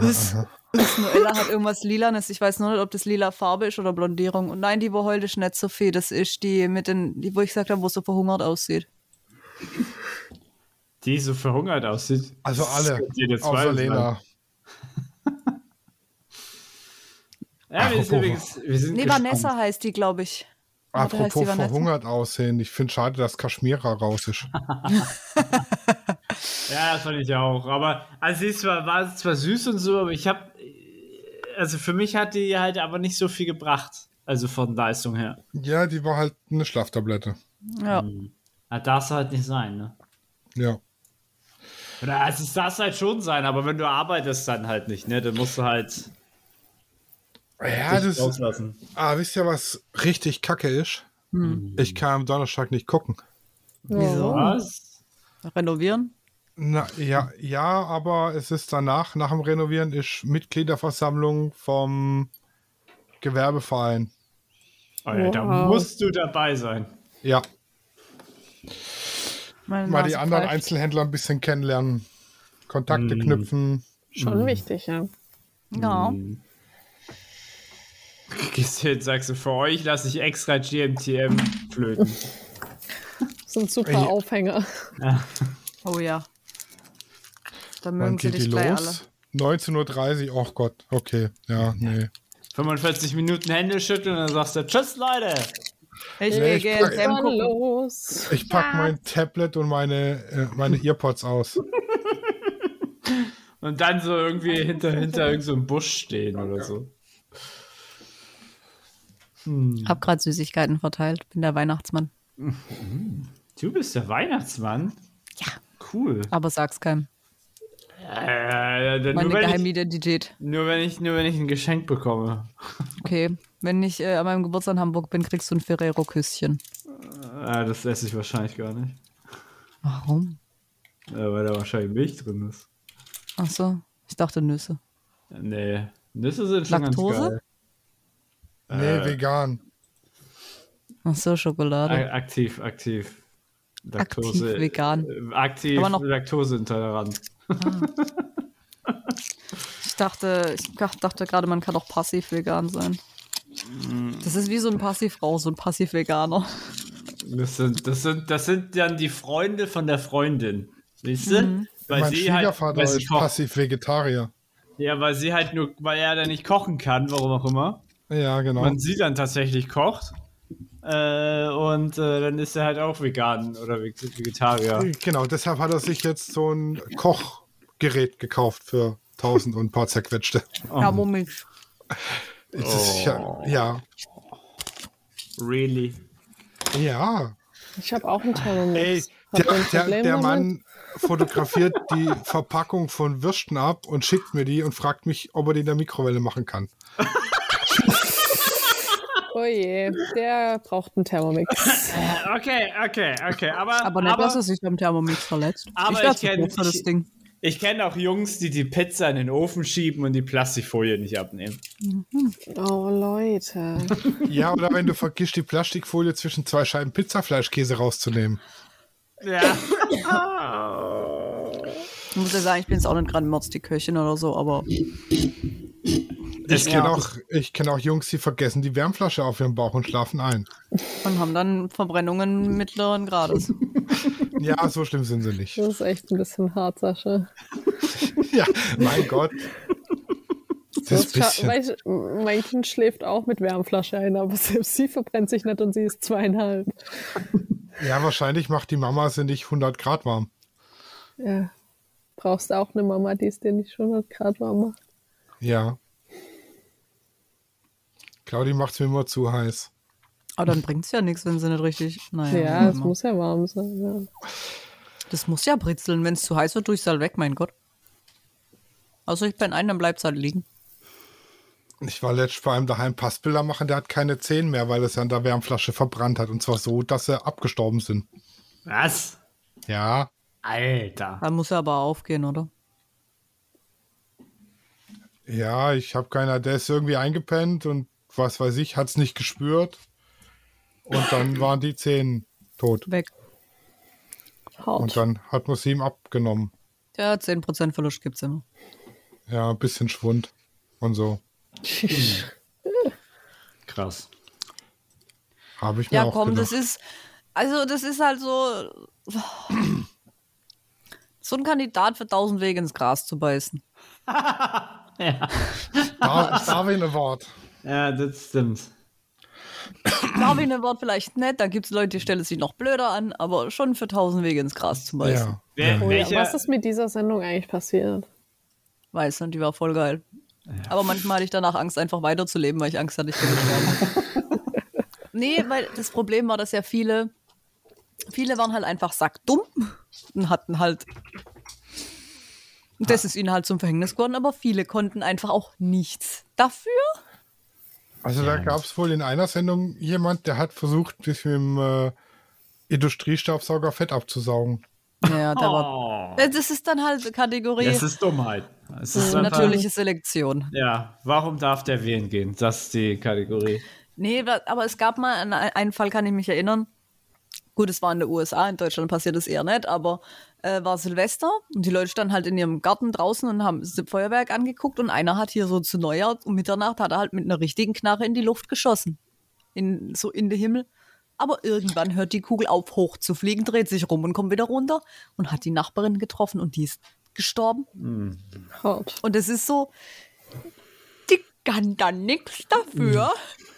D: Üss, Üss, Noella hat irgendwas Lilanes. Ich weiß nur nicht, ob das lila Farbe ist oder Blondierung. Und nein, die wo heult ist nicht Sophie. Das ist die mit den, die, wo ich gesagt habe, wo so verhungert aussieht.
B: Die so verhungert aussieht.
C: Also
B: Das
C: alle,
B: könnt ihr dir zwei
C: außer
B: sagen.
C: Lena.
B: Ja, wir
C: Apropos-
B: sind übrigens. Wir sind
D: Nee,
B: gespannt.
D: Vanessa heißt die, glaube ich. Oder heißt die
C: Apropos
D: Vanessa?
C: verhungert aussehen. Ich finde schade, dass Kaschmira raus ist.
B: Ja, das fand ich auch. Aber also sie ist zwar, war zwar süß und so, aber ich habe. Also für mich hat die halt aber nicht so viel gebracht. Also von Leistung her.
C: Ja, die war halt eine Schlaftablette.
D: Ja.
B: Das darfst du halt nicht sein, ne?
C: Ja.
B: Oder also es darf halt schon sein, aber wenn du arbeitest, dann halt nicht, ne? Dann musst du halt
C: Ja,
B: dich
C: das ist,
B: rauslassen.
C: ah, wisst ihr, was richtig kacke ist?
D: Hm.
C: Ich kann am Donnerstag nicht gucken.
D: Wieso?
B: Was?
D: Renovieren?
C: Na, ja, ja, aber es ist danach, nach dem Renovieren, ist Mitgliederversammlung vom Gewerbeverein.
B: Alter, Oh da
E: Wow.
B: musst du dabei sein.
C: Ja,
D: Meine
C: mal die
D: Nase
C: anderen
D: pfeift.
C: Einzelhändler ein bisschen kennenlernen, Kontakte
B: Hm.
C: knüpfen.
E: Schon wichtig, ja.
D: Ja.
B: Gehst du jetzt, sagst du, für euch lasse ich extra GMTM flöten.
E: Das sind super
C: Ja.
E: Aufhänger.
D: Oh ja. Da
C: Wann
D: mögen sie
C: geht die
D: dich gleich alle.
C: los? 19.30 Uhr, oh Gott, okay, ja, nee.
B: 45 Minuten Hände schütteln und dann sagst du, tschüss, Leute.
C: Nee,
D: Ich gehe
C: ich
D: gern
C: bleib-
D: Sam
E: Mal
D: gucken.
E: los.
C: Ich pack mein Tablet und meine, äh, meine Earpods aus.
B: Und dann so irgendwie hinter, hinter irgendeinem so einem Busch stehen oder so.
D: Hab gerade Süßigkeiten verteilt, bin der Weihnachtsmann.
B: Du bist der Weihnachtsmann?
D: Ja.
B: Cool.
D: Aber sag's keinem.
B: Äh, dann
D: Meine
B: nur, wenn
D: geheime
B: ich,
D: Identität.
B: nur, wenn ich, nur wenn ich ein Geschenk bekomme.
D: Okay. Wenn ich äh, an meinem Geburtstag in Hamburg bin, kriegst du ein Ferrero-Küsschen.
B: Ah, das esse ich wahrscheinlich gar nicht.
D: Warum?
B: Äh, weil da wahrscheinlich Milch drin ist.
D: Ach so. Ich dachte Nüsse.
B: Nee. Nüsse sind schon
D: Laktose?
B: ganz geil. Äh,
C: Nee, vegan.
D: Ach so, Schokolade.
B: A- aktiv, aktiv.
D: Aktiv vegan.
B: äh, Aktiv
D: Aber noch-
B: laktoseintolerant.
D: Ich dachte, ich ga- dachte gerade, man kann auch passiv vegan sein. Das ist wie so ein Passivrauch, so ein Passiv-Veganer.
B: Das sind, das, sind, das sind dann die Freunde von der Freundin. Siehst du?
D: Mhm.
B: Weil
C: mein
B: sie halt,
C: Schwiegervater
B: weil sie
C: ist
B: kocht.
C: passiv Vegetarier.
B: Ja, weil sie halt nur, weil er dann nicht kochen kann, warum auch immer.
C: Ja, genau.
B: Und sie dann tatsächlich kocht. Äh, und äh, dann ist er halt auch vegan oder Ve- Vegetarier.
C: Genau, deshalb hat er sich jetzt so ein Kochgerät gekauft für 1000 und ein paar zerquetschte.
B: Oh.
D: Thermomix.
C: Es ist ja, ja,
B: Really?
C: ja.
E: Ich habe auch einen Thermomix.
C: Ey,
E: Habt
C: der,
E: ihr ein
C: der,
E: Problem
C: der
E: damit?
C: Mann fotografiert die Verpackung von Würsten ab und schickt mir die und fragt mich, ob er die in der Mikrowelle machen kann.
E: Oh je, der braucht einen Thermomix.
B: Okay, okay, okay. Aber,
D: Aber nicht, dass er sich am Thermomix verletzt.
B: aber
D: ich werde
B: ich kenn-
D: so groß für das Ding.
B: ich kenne auch Jungs, die die Pizza in den Ofen schieben und die Plastikfolie nicht abnehmen.
E: Oh, Leute.
C: Ja, oder wenn du vergisst, die Plastikfolie zwischen zwei Scheiben Pizzafleischkäse rauszunehmen.
B: Ja.
D: Ich muss ja sagen, ich bin jetzt auch nicht gerade Mörz die Köchin oder so, aber
C: Ich
B: Ja.
C: kenne auch, ich kenn auch Jungs, die vergessen die Wärmflasche auf ihrem Bauch und schlafen ein.
D: und haben dann Verbrennungen mittleren Grades.
C: Ja, so schlimm sind sie nicht.
E: Das ist echt ein bisschen hart, Sascha.
C: Ja, mein Gott. Das
E: Sonst scha-
C: bisschen.
E: weißt du, mein Kind schläft auch mit Wärmflasche ein, aber selbst sie verbrennt sich nicht und sie ist zweieinhalb.
C: Ja, wahrscheinlich macht die Mama sie nicht 100 Grad warm.
E: Ja. Brauchst auch eine Mama, die es dir nicht schon Grad warm macht.
C: Ja. Claudi macht es mir immer zu heiß.
D: Aber dann bringt es ja nichts, wenn sie nicht richtig. Naja,
C: genau.
E: Ja,
D: wie
E: es
D: immer.
E: muss ja warm sein. Ja.
D: das muss ja britzeln. Wenn es zu heiß wird, tue ich es halt weg, mein Gott. Also ich bin ein, dann bleibt es halt liegen.
C: Ich war letztens bei einem daheim Passbilder machen, der hat keine Zehen mehr, weil er sie an der Wärmflasche verbrannt hat. Und zwar so, dass sie abgestorben sind.
B: Was?
C: Ja.
B: Alter.
D: Da muss er aber aufgehen, oder?
C: Ja, ich habe keiner, der ist irgendwie eingepennt und was weiß ich, hat es nicht gespürt. Und dann waren die Zehen tot.
D: Weg.
E: Hart.
C: Und dann hat man sie ihm abgenommen.
D: Ja, 10% Verlust gibt es immer.
C: Ja, ein bisschen Schwund und so.
B: Krass.
C: Habe ich mir
D: Ja,
C: auch
D: komm,
C: gedacht.
D: das ist. Also, das ist halt so. So ein Kandidat für tausend Wege ins Gras zu beißen.
C: Dar Darwin Award.
B: Ja, das stimmt.
D: Darwin Award vielleicht nicht, da gibt es Leute, die stellen sich noch blöder an, aber schon für tausend Wege ins Gras zu beißen.
C: Ja.
B: Wer,
E: Oh, ja.
B: welcher,
E: Was ist mit dieser Sendung eigentlich passiert?
D: Weiß und die war voll geil. Aber manchmal hatte ich danach Angst, einfach weiterzuleben, weil ich Angst hatte, ich könnte sterben. nee, weil das Problem war, dass ja viele, viele waren halt einfach sackdumm und hatten halt. Das ist ihnen halt zum Verhängnis geworden, aber viele konnten einfach auch nichts dafür.
C: Also da gab es wohl in einer Sendung jemand, der hat versucht, sich mit dem äh, Industriestaubsauger Fett abzusaugen.
D: Ja, der war.
B: oh,
D: Das ist dann halt Kategorie
B: das ist Dummheit. Es ist einfach-
D: natürliche Selektion.
B: Ja, warum darf der wählen gehen? Das ist die Kategorie.
D: Nee, wa- aber es gab mal einen, einen Fall, kann ich mich erinnern. Gut, es war in den USA, in Deutschland passiert das eher nicht, aber äh, war Silvester und die Leute standen halt in ihrem Garten draußen und haben das Feuerwerk angeguckt und einer hat hier so zu Neujahr um Mitternacht hat er halt mit einer richtigen Knarre in die Luft geschossen. In, so in den Himmel. Aber irgendwann hört die Kugel auf, hoch zu fliegen, dreht sich rum und kommt wieder runter und hat die Nachbarin getroffen und die ist gestorben.
E: Hart.
D: Und es ist so, die kann dann nichts dafür.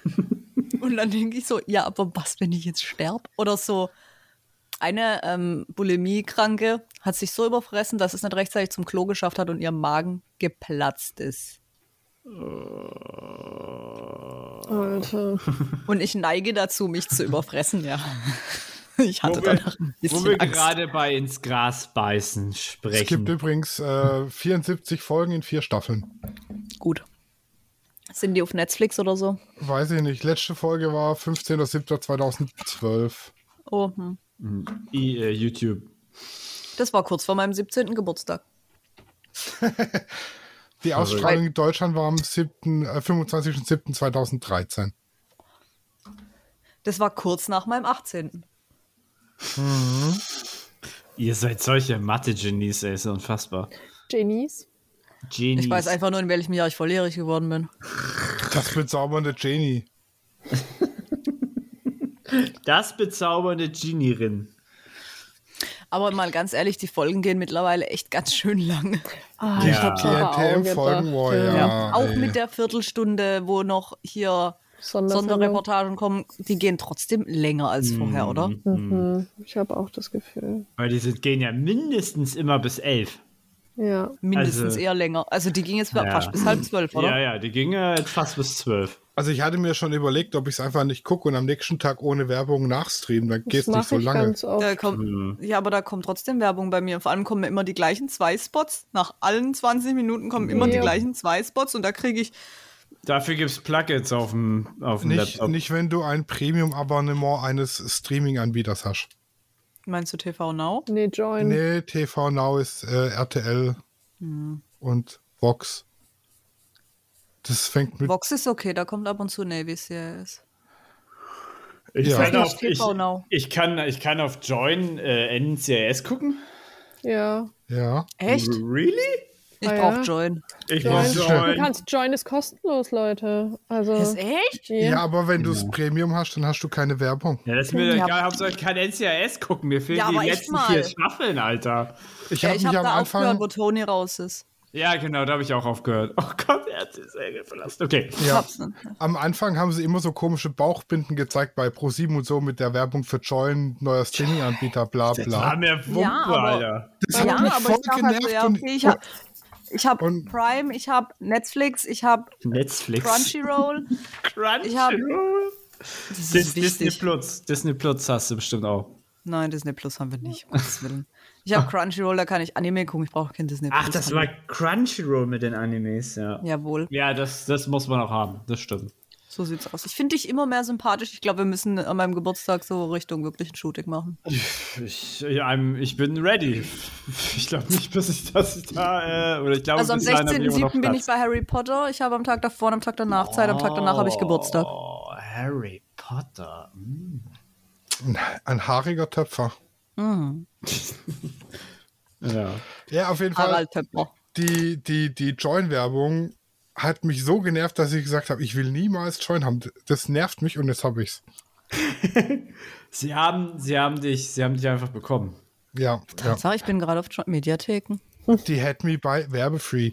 B: Mhm.
D: Und dann denke ich so, ja, aber was, wenn ich jetzt sterbe? Oder so, eine ähm, Bulimie-Kranke hat sich so überfressen, dass es nicht rechtzeitig zum Klo geschafft hat und ihr Magen geplatzt ist.
E: Alter.
D: Und ich neige dazu, mich zu überfressen, ja. Ich hatte
B: Wo wir,
D: danach ein
B: wo
D: bisschen
B: wir
D: Angst.
B: gerade bei ins Gras beißen
C: Es gibt
B: sprechen.
C: übrigens äh, 74 Folgen in vier Staffeln.
D: Gut. Sind die auf Netflix oder so?
C: Weiß ich nicht. Letzte Folge war 15.07.2012.
D: Oh, hm.
B: I, äh, YouTube.
D: Das war kurz vor meinem 17. Geburtstag.
C: Die Ausstrahlung in Deutschland war am 7., äh, 25.07.2013.
D: Das war kurz nach meinem 18.
B: Ihr seid solche Mathe-Genies, ey, ist unfassbar.
E: Genies?
B: Genies.
D: Ich weiß einfach nur, in welchem Jahr ich volljährig geworden bin.
C: Das bezaubernde Genie.
B: Das bezaubernde Genierin.
D: Aber mal ganz ehrlich, die Folgen gehen mittlerweile echt ganz schön lang.
E: Ah,
B: Ja.
E: ich hab's aber auch
C: TNTM-Folgen
E: gedacht. Ja.
C: Warrior.
D: Ja. Auch
C: ey.
D: mit der Viertelstunde, wo noch hier
E: Sondersendung.
D: Sonderreportagen kommen, die gehen trotzdem länger als vorher, oder?
E: Mhm. Hm, Ich habe auch das Gefühl.
B: Weil die sind, gehen ja mindestens immer bis elf.
E: Ja.
D: Mindestens
B: Also-
D: eher länger. Also die ging jetzt
B: Ja.
D: fast bis halb zwölf, oder?
B: Ja, ja, die ging äh, jetzt fast bis zwölf.
C: Also ich hatte mir schon überlegt, ob ich es einfach nicht gucke und am nächsten Tag ohne Werbung nachstreamen, dann
E: Das
C: geht's nicht
E: mache
C: so
E: ich
C: lange.
E: ganz oft.
D: Da kommt, Ja, aber da kommt trotzdem Werbung bei mir. Vor allem kommen mir immer die gleichen zwei Spots. Nach allen 20 Minuten kommen immer die
E: Ja.
D: gleichen zwei Spots und da kriege ich.
B: Dafür gibt es Plugins auf dem, auf dem
C: Nicht,
B: Laptop.
C: nicht, wenn du ein Premium-Abonnement eines Streaming-Anbieters hast.
D: Meinst du TV Now?
E: Nee, Join.
C: Nee, TV Now ist äh, RTL
D: Hm.
C: und Vox. Das fängt mit
D: Vox ist okay, da kommt ab und zu Navy Series.
B: Ich,
C: Ja.
B: kann
D: Ja,
B: auf, ich,
D: TV Now.
B: ich, kann, ich kann auf Join äh, NCIS gucken.
E: Ja.
C: ja.
D: Echt?
B: Really?
D: Ich
E: Ah,
D: brauche
E: ja.
D: Join.
B: Ich
E: Join.
B: muss
E: Du
B: Join.
E: kannst Join ist kostenlos, Leute. Also
D: Ist echt?
E: ja.
C: Ja, aber wenn du das Premium hast, dann hast du keine Werbung.
B: Ja, das ist mir doch
D: Ja.
B: egal, Hauptsache ich kann NCIS gucken. Mir fehlen
D: Ja,
B: die
D: aber echt
B: letzten
D: mal.
B: vier Staffeln, Alter.
C: Ich
D: Ja,
C: habe
D: ich
C: mich
D: habe
C: am
D: da aufgehört,
C: Anfang
D: wo Tony raus ist.
B: Ja, genau, da habe ich auch aufgehört. Oh Gott, er hat die Serie verlassen. Okay.
D: Ich
C: ja,
D: hab's nicht.
C: am Anfang haben sie immer so komische Bauchbinden gezeigt bei ProSieben und so mit der Werbung für Join, neuer Streaming-Anbieter, bla
B: Das war
C: bla.
B: mir Wumpe,
D: aber-
B: Alter.
C: Das
D: Ja, aber ich sag halt so, ja, okay, ich habe ich hab
C: und-
D: Prime, ich habe Netflix, ich habe
B: Netflix.
D: Crunchyroll. Ich hab-
B: Crunchyroll.
D: Das ist
B: Dis Disney
D: wichtig.
B: Plus. Disney Plus hast du bestimmt auch.
D: Nein, Disney Plus haben wir nicht, um Gottes Willen. Ich habe Crunchyroll, da kann ich Anime gucken, ich brauche kein Disney Plus.
B: Ach, das war Crunchyroll mit den Animes, ja. Ja,
D: Jawohl.
B: das, das muss man auch haben, das stimmt.
D: So sieht's aus. Ich finde dich immer mehr sympathisch. Ich glaube, wir müssen an meinem Geburtstag so Richtung wirklich ein Shooting machen.
B: Ich, ich- I'm, ich bin ready. Ich glaube nicht, dass ich, dass ich da. Äh, oder ich glaube,
D: also am
B: bis dahin hab ich immer noch
D: 16.07. bin ich
B: Platz.
D: bei Harry Potter. Ich habe am Tag davor und am Tag danach Zeit. Am Tag danach habe ich Geburtstag.
B: Oh, Harry Potter. Mm.
C: Ein haariger Töpfer.
B: Ja.
C: Ja, auf jeden Fall.
D: Harald Töpfer.
C: Die, die, die Join-Werbung hat mich so genervt, dass ich gesagt habe, ich will niemals Join haben. Das nervt mich und jetzt habe ich's.
B: Sie haben, sie haben dich, sie haben dich einfach bekommen.
C: Ja, ja.
D: Sag, ich bin gerade auf jo Mediatheken.
C: Die had me bei Werbefree.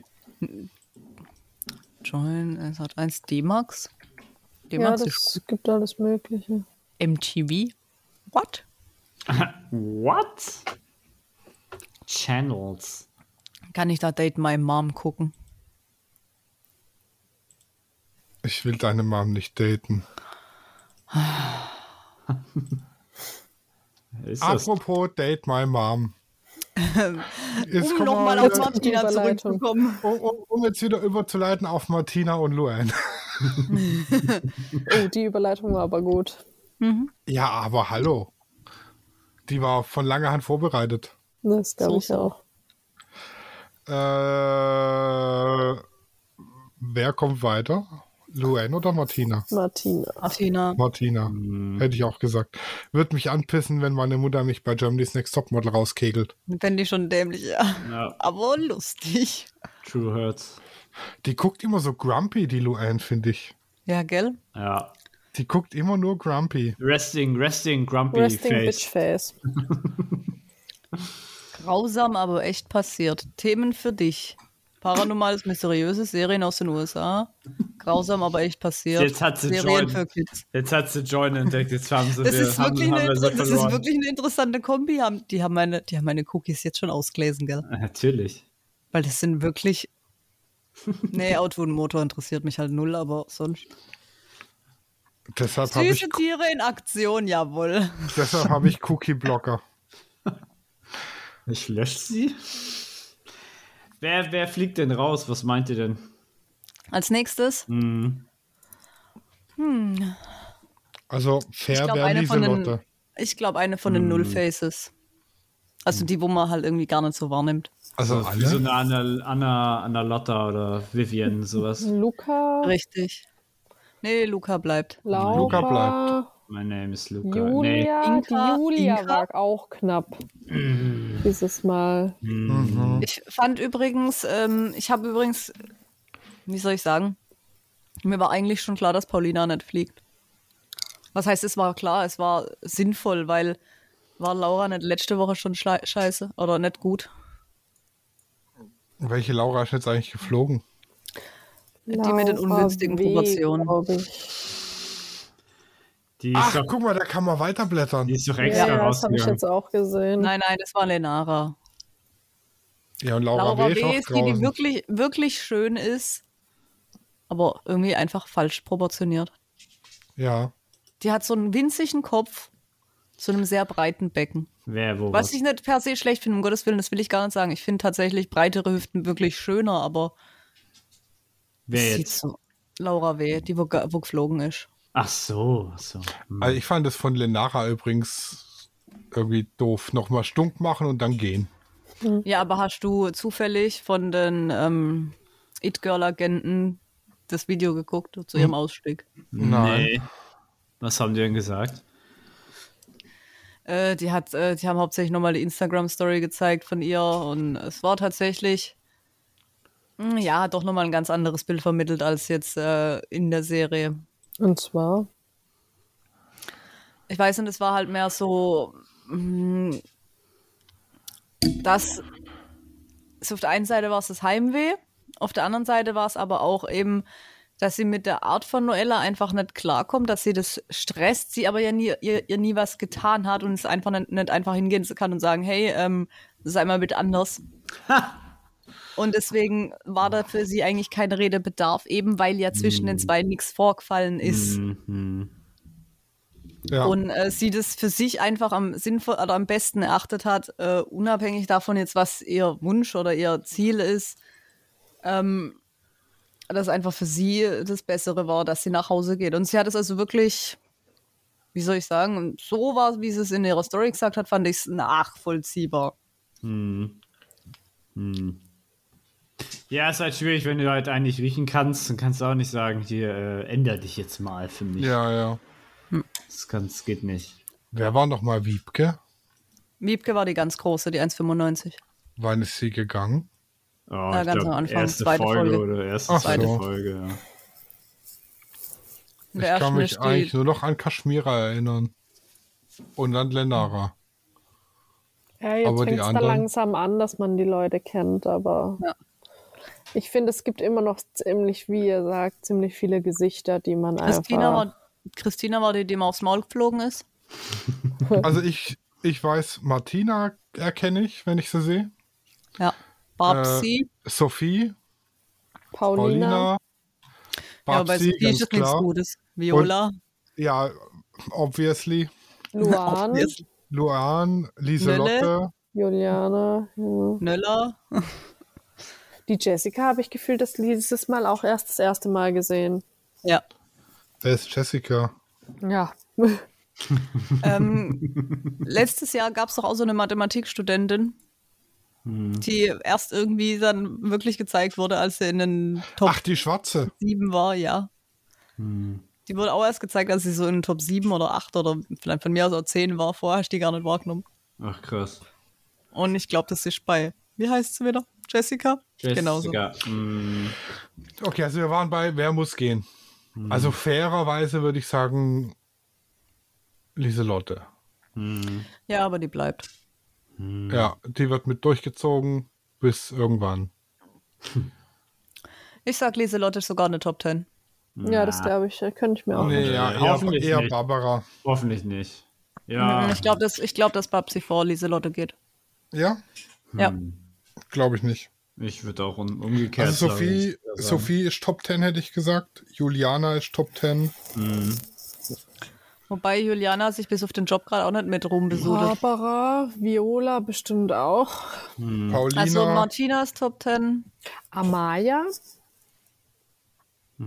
D: Join, es hat eins D-Max.
E: Ja,
D: D-Max ist
E: das gibt alles Mögliche.
D: gut. MTV. What?
B: What? Channels.
D: Kann ich da Date My Mom gucken?
C: Ich will deine Mom nicht daten.
B: Ist das?
C: Apropos Date My Mom. Jetzt kommen
D: Um
C: wir
D: nochmal
C: wieder-
D: auf Martina
E: Überleitung.
D: zurückzukommen.
C: um, um, um jetzt wieder überzuleiten auf Martina und Luan.
E: Oh, die Überleitung war aber gut.
C: Ja, aber hallo. Die war von langer Hand vorbereitet.
E: Das glaube
D: So,
E: ich
D: so.
E: auch.
C: Äh, wer kommt weiter? Luan oder Martina?
E: Martina.
D: Martina.
C: Martina, hätte ich auch gesagt. Würde mich anpissen, wenn meine Mutter mich bei Germany's Next Topmodel rauskegelt.
D: Fände ich schon dämlich, ja.
B: Ja,
D: Aber lustig.
B: True Hurts.
C: Die guckt immer so grumpy, die Luan, finde ich.
D: Ja, gell?
B: Ja.
C: Die guckt immer nur grumpy.
B: Resting, resting, grumpy
E: Resting Bitch
B: face.
E: Face.
D: Grausam, aber echt passiert. Themen für dich. Paranormales, mysteriöse Serien aus den USA. Grausam, aber echt passiert.
B: Jetzt hat sie
D: Serien
B: Join.
D: für Kids.
B: Jetzt hat sie Join entdeckt, jetzt haben sie
D: Das,
B: wir-
D: ist,
B: haben,
D: wirklich
B: haben
D: eine,
B: wir sie
D: das ist
B: verloren.
D: wirklich eine interessante Kombi. Haben- Die haben meine, die haben meine Cookies jetzt schon ausgelesen, gell?
B: Natürlich.
D: Weil das sind wirklich. Nee, Auto und Motor interessiert mich halt null, aber sonst.
C: Deshalb habe ich,
D: Süße Tiere in Aktion, jawohl.
C: deshalb hab ich Cookie-Blocker.
B: Ich lösche sie. Wer, wer fliegt denn raus? Was meint ihr denn?
D: Als nächstes,
C: Also
D: ich
C: fair
D: glaube,
C: wäre
D: eine von
C: Lieselotte.
D: den, ich glaub, eine von den Null Faces. Also die, wo man halt irgendwie gar nicht so wahrnimmt.
C: Also
B: Wie so eine
C: alle?
B: Anna, Anna, Anna Lotta oder Vivian, sowas.
E: Luca,
D: Richtig. Nee, Luca bleibt.
E: Laura,
C: Luca bleibt.
B: My name is Luca. Nee.
E: Julia.
D: Inka,
E: die Julia
D: Inka.
E: war auch knapp.
C: Mm.
E: Dieses Mal.
D: Ich fand übrigens, ähm, ich habe übrigens, wie soll ich sagen, mir war eigentlich schon klar, dass Paulina nicht fliegt. Was heißt, es war klar, es war sinnvoll, weil war Laura nicht letzte Woche schon schlei- scheiße oder nicht gut?
C: Welche Laura ist jetzt eigentlich geflogen?
D: Die mit den
E: Laura
D: ungünstigen
E: W.,
D: Proportionen.
E: glaub Ich.
B: Die,
C: Ach,
B: ist doch,
C: guck mal, da kann man weiterblättern.
B: die ist doch
E: Ja,
B: extra
E: ja, das habe ich
B: rausgegangen.
E: jetzt auch gesehen.
D: Nein, nein, das war Lenara.
C: Ja, und Laura,
D: Laura
C: W. ist auch
D: W. ist die, die
C: draußen.
D: wirklich, wirklich schön ist, aber irgendwie einfach falsch proportioniert.
C: ja.
D: Die hat so einen winzigen Kopf zu einem sehr breiten Becken.
B: Wer, wo,
D: Was ich nicht per se schlecht finde, um Gottes Willen, das will ich gar nicht sagen. Ich finde tatsächlich breitere Hüften wirklich schöner, aber
B: wer
D: sieht
B: jetzt?
D: so- Laura W., die wo, ge- wo geflogen ist.
B: Ach so, ach so. Hm.
C: Also ich fand das von Lenara übrigens irgendwie doof. Nochmal stunk machen und dann gehen.
D: Ja, aber hast du zufällig von den ähm, It-Girl-Agenten das Video geguckt zu ihrem Ausstieg?
C: Nein.
B: Nee. Was haben die denn gesagt?
D: Äh, die, hat, äh, die haben hauptsächlich nochmal die Instagram-Story gezeigt von ihr und es war tatsächlich, mh, ja, hat doch nochmal ein ganz anderes Bild vermittelt als jetzt äh, in der Serie.
E: Und zwar.
D: Ich weiß nicht, es war halt mehr so, mh, dass es auf der einen Seite war es das Heimweh, auf der anderen Seite war es aber auch eben, dass sie mit der Art von Noella einfach nicht klarkommt, dass sie das stresst, sie aber ja nie, ihr, ihr nie was getan hat und es einfach nicht, nicht einfach hingehen kann und sagen, hey, ähm, sei mal bitte anders. Und deswegen war da für sie eigentlich kein Redebedarf, eben weil ja zwischen den zwei nichts vorgefallen ist
B: Mhm.
C: Ja.
D: und äh, sie das für sich einfach am sinnvoll oder am besten erachtet hat, äh, unabhängig davon jetzt, was ihr Wunsch oder ihr Ziel ist, ähm, dass einfach für sie das Bessere war, dass sie nach Hause geht. Und sie hat es also wirklich, wie soll ich sagen, so war, wie sie es in ihrer Story gesagt hat, fand ich es nachvollziehbar.
B: Mhm. Mhm. Ja, ist halt schwierig, wenn du halt eigentlich riechen kannst, dann kannst du auch nicht sagen, hier, äh, änder dich jetzt mal, finde ich.
C: ja, ja.
B: Das, kann, das geht nicht.
C: Wer war nochmal Wiebke?
D: Wiebke war die ganz große, die 1,95.
C: Wann ist sie gegangen?
B: Oh,
D: Ja,
B: ich
D: ganz
B: glaub,
D: am Anfang,
B: erste
D: zweite
B: Folge,
D: Folge.
B: oder erste,
C: Ach
B: zweite
C: so.
B: Folge, ja.
D: In
C: Ich
D: der
C: kann
D: ersten
C: mich
D: ist
C: eigentlich
D: die,
C: nur noch an Kaschmira erinnern. Und an Lenara.
E: Ja, jetzt
C: Aber die
E: fängt es da
C: anderen-
E: langsam an, dass man die Leute kennt, aber
D: Ja.
E: ich finde, es gibt immer noch ziemlich, wie ihr sagt, ziemlich viele Gesichter, die man
D: Christina
E: einfach...
D: war, Christina war die, die mal aufs Maul geflogen ist.
C: Also ich, ich weiß, Martina erkenne ich, wenn ich sie sehe.
D: Ja.
C: Äh,
D: Babsi.
C: Sophie,
E: Paulina,
C: Paulina,
D: ja, bei
C: Babsi,
D: Sophie ist
C: ganz
D: es nichts
C: klar.
D: Gutes. Viola.
C: Ja, obviously.
E: Luan,
C: Luan, Lieselotte.
E: Juliane, ja.
D: Nöller.
E: die Jessica habe ich gefühlt, dass dieses Mal auch erst das erste Mal gesehen.
D: Ja.
C: Wer ist Jessica?
E: Ja.
D: Ähm, letztes Jahr gab es doch auch so eine Mathematikstudentin, die erst irgendwie dann wirklich gezeigt wurde, als sie in den Top
C: Ach, die Schwarze.
D: 7 war, ja. Die wurde auch erst gezeigt, als sie so in den Top 7 oder 8 oder vielleicht von mir aus auch 10 war. Vorher hast du die gar nicht wahrgenommen.
B: Ach, krass.
D: Und ich glaube, das ist bei, wie heißt sie wieder? Jessica? Genauso.
B: Jessica, mhm.
C: Okay, also wir waren bei Wer muss gehen. Also fairerweise würde ich sagen, Lieselotte.
D: Ja, aber die bleibt.
C: Ja, die wird mit durchgezogen bis irgendwann.
D: Ich sag Lieselotte ist sogar eine Top 10.
E: Ja, das glaube ich, könnte ich mir auch.
C: Nee, ja,
B: Ja,
C: eher,
B: hoffentlich
C: eher
B: nicht.
C: Barbara.
B: Hoffentlich nicht. Ja.
D: Hm, Ich glaube, dass, ich glaub, dass Babsi vor Lieselotte geht.
C: Ja,
D: Ja.
C: glaube ich nicht.
B: Ich würde auch um, umgekehrt
C: Also
B: glaub ich,
C: Sophie,
B: sagen.
C: Sophie ist Top 10, hätte ich gesagt. Juliana ist Top 10.
D: Wobei Juliana sich bis auf den Job gerade auch nicht mit rumbesudelt.
E: Barbara, Viola bestimmt auch.
B: Mhm.
C: Paulina.
D: Also Martina ist Top 10.
E: Amaya. Die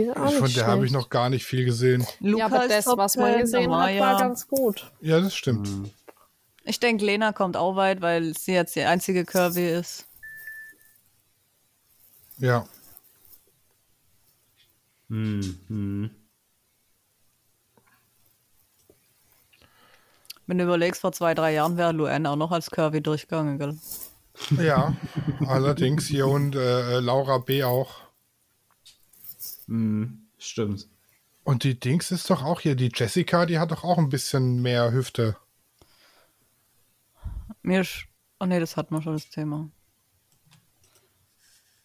E: ist auch nicht
C: Von der habe ich
E: schlecht.
C: noch gar nicht viel gesehen.
D: Luca
E: ja, aber
D: ist
E: das,
D: Top
E: was man
D: 10,
E: gesehen hat,
D: Amaya.
E: war ganz gut.
C: Ja, das stimmt.
B: Mhm.
D: Ich denke, Lena kommt auch weit, weil sie jetzt die einzige Kirby ist.
C: Ja.
B: Hm, hm.
D: Wenn du überlegst, vor zwei, drei Jahren wäre Luann auch noch als Kirby durchgegangen. Gell?
C: Ja, allerdings hier und äh, Laura B. auch.
B: Hm. Stimmt.
C: Und die Dings ist doch auch hier. Die Jessica, die hat doch auch ein bisschen mehr Hüfte.
D: Mir ist. Oh nee, das hatten wir schon das Thema.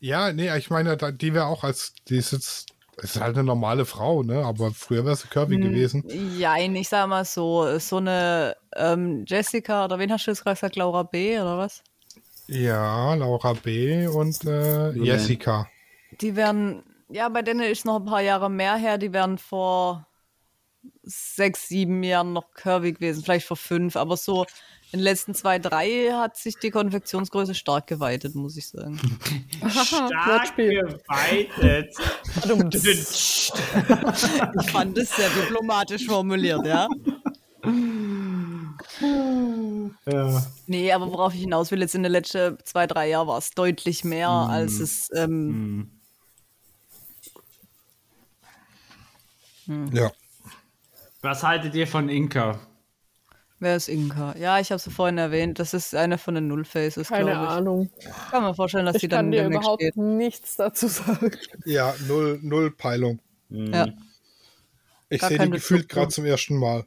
C: Ja, nee, ich meine, da- die wäre auch als. Die ist jetzt Es ist halt eine normale Frau, ne? Aber früher wäre es
D: Mhm.
C: Kirby gewesen.
D: Jein, ich sag mal so, so eine ähm, Jessica, oder wen hast du jetzt gerade gesagt, Laura B. oder was?
C: Ja, Laura B. und äh, Jessica.
D: Die werden, ja, bei denen ist noch ein paar Jahre mehr her, die wären vor sechs, sieben Jahren noch curvy gewesen, vielleicht vor fünf, aber so in den letzten zwei, drei hat sich die Konfektionsgröße stark geweitet, muss ich sagen. Ah,
B: Stark
E: Wortspiel.
B: geweitet.
D: Ich fand es sehr diplomatisch formuliert, ja.
B: ja.
D: Nee, aber worauf ich hinaus will, jetzt in den letzten zwei, drei Jahren war es deutlich mehr, als es ähm,
C: Ja.
B: Was haltet ihr von Inka?
D: Wer ist Inka? Ja, ich habe sie vorhin erwähnt. Das ist eine von den Nullfaces, glaube
E: Keine
D: ich.
E: Ahnung.
D: Kann man vorstellen, dass die
E: Ich kann
D: dann
E: dir
D: demnächst
E: überhaupt
D: steht.
E: nichts dazu sagen.
C: Ja, null, null Peilung.
D: Ja.
C: Ich
D: Gar
C: sehe die
D: kein
C: gefühlt
D: Bezug,
C: gerade
D: ne?
C: zum ersten Mal.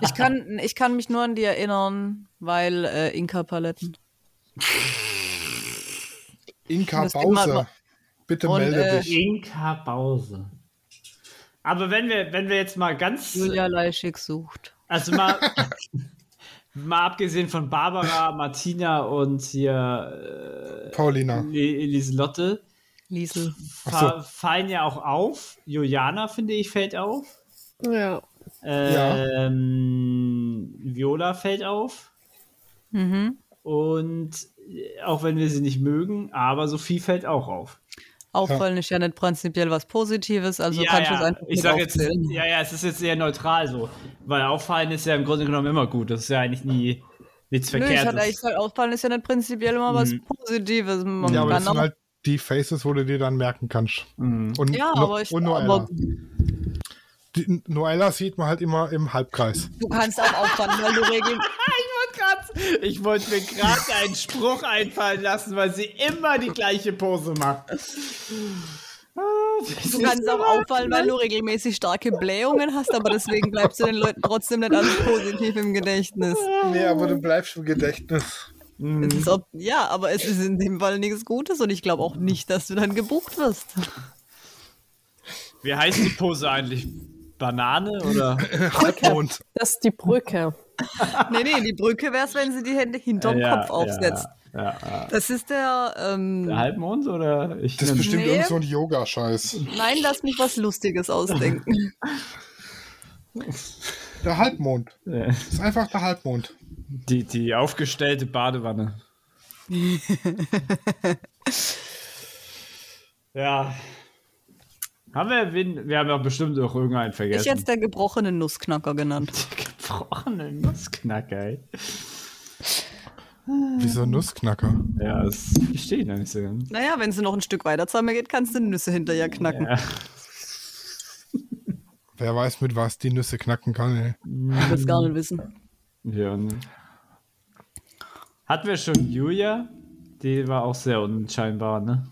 D: Ich, kann, ich kann mich nur an die erinnern, weil äh, Inka-Paletten.
C: Inka
D: Das Ding macht
C: Bause.
D: man-
C: Bitte
D: Und,
C: melde
D: äh,
C: dich.
B: Inka Bause. Aber wenn wir, wenn wir jetzt mal ganz,
D: Julia Leischig sucht.
B: also mal, mal abgesehen von Barbara, Martina und hier
C: Paulina.
B: äh, Eliselotte,
D: Liesel.
B: fa fallen ja auch auf. Juliana, finde ich, fällt auf.
E: Ja.
B: Ähm, Viola fällt auf.
D: Mhm.
B: Und äh, auch wenn wir sie nicht mögen, aber Sophie fällt auch auf.
D: Auffallen ist ja nicht prinzipiell was Positives, also kannst du es einfach
B: ich
D: mit
B: sag jetzt,
D: aufzählen.
B: ja, ja, es ist jetzt eher neutral so, weil auffallen ist ja im Grunde genommen immer gut. Das ist ja eigentlich nie nichts
D: Nö, ich hatte eigentlich
B: Verkehrtes.
D: gesagt, auffallen ist ja nicht prinzipiell immer was
B: Mhm.
D: Positives. Man
C: Ja, aber das
D: kann
C: sind
D: auch,
C: halt die Faces, wo du dir dann merken kannst. Und,
D: ja,
C: no,
D: aber, ich,
C: und Noella.
D: aber
C: die, Noella sieht man halt immer im Halbkreis.
D: du kannst auch auffallen, weil du regelmäßig.
B: Ich wollte mir gerade einen Spruch einfallen lassen, weil sie immer die gleiche Pose macht. Ah, das
D: Du
B: ist
D: kannst auch
B: immer-
D: auffallen, weil du regelmäßig starke Blähungen hast, aber deswegen bleibst du den Leuten trotzdem nicht alles positiv im Gedächtnis.
C: Nee, aber du bleibst im Gedächtnis.
D: Es
C: Mhm.
D: ist ob, ja, aber es ist in dem Fall nichts Gutes und ich glaube auch nicht, dass du dann gebucht wirst.
B: Wie heißt die Pose eigentlich? Banane oder?
C: Halbmond.
E: Das ist die Brücke.
D: Nee, nee, die Brücke wär's, wenn sie die Hände hinterm Kopf aufsetzt. Das ist der, ähm,
B: Der Halbmond oder? Ich
C: Das ist bestimmt
D: Nee.
C: irgend so ein Yoga-Scheiß.
D: nein, lass mich was Lustiges ausdenken.
C: Der Halbmond. Das ist einfach der Halbmond.
B: die, die aufgestellte Badewanne. ja. Haben wir, wen, wir haben ja bestimmt auch irgendeinen
D: Ich
B: vergessen.
D: jetzt der gebrochene Nussknacker genannt.
B: gebrochene Nussknacker, ey.
C: Wieso Nussknacker?
B: Ja, das verstehe ich noch nicht so ganz.
D: Naja, wenn sie noch ein Stück weiter zusammengeht, kannst du Nüsse hinterher knacken.
C: Wer weiß, mit was die Nüsse knacken kann. Ey.
D: Ich will's gar nicht wissen.
B: Ja, ne. Hatten wir schon Julia? Die war auch sehr unscheinbar, ne?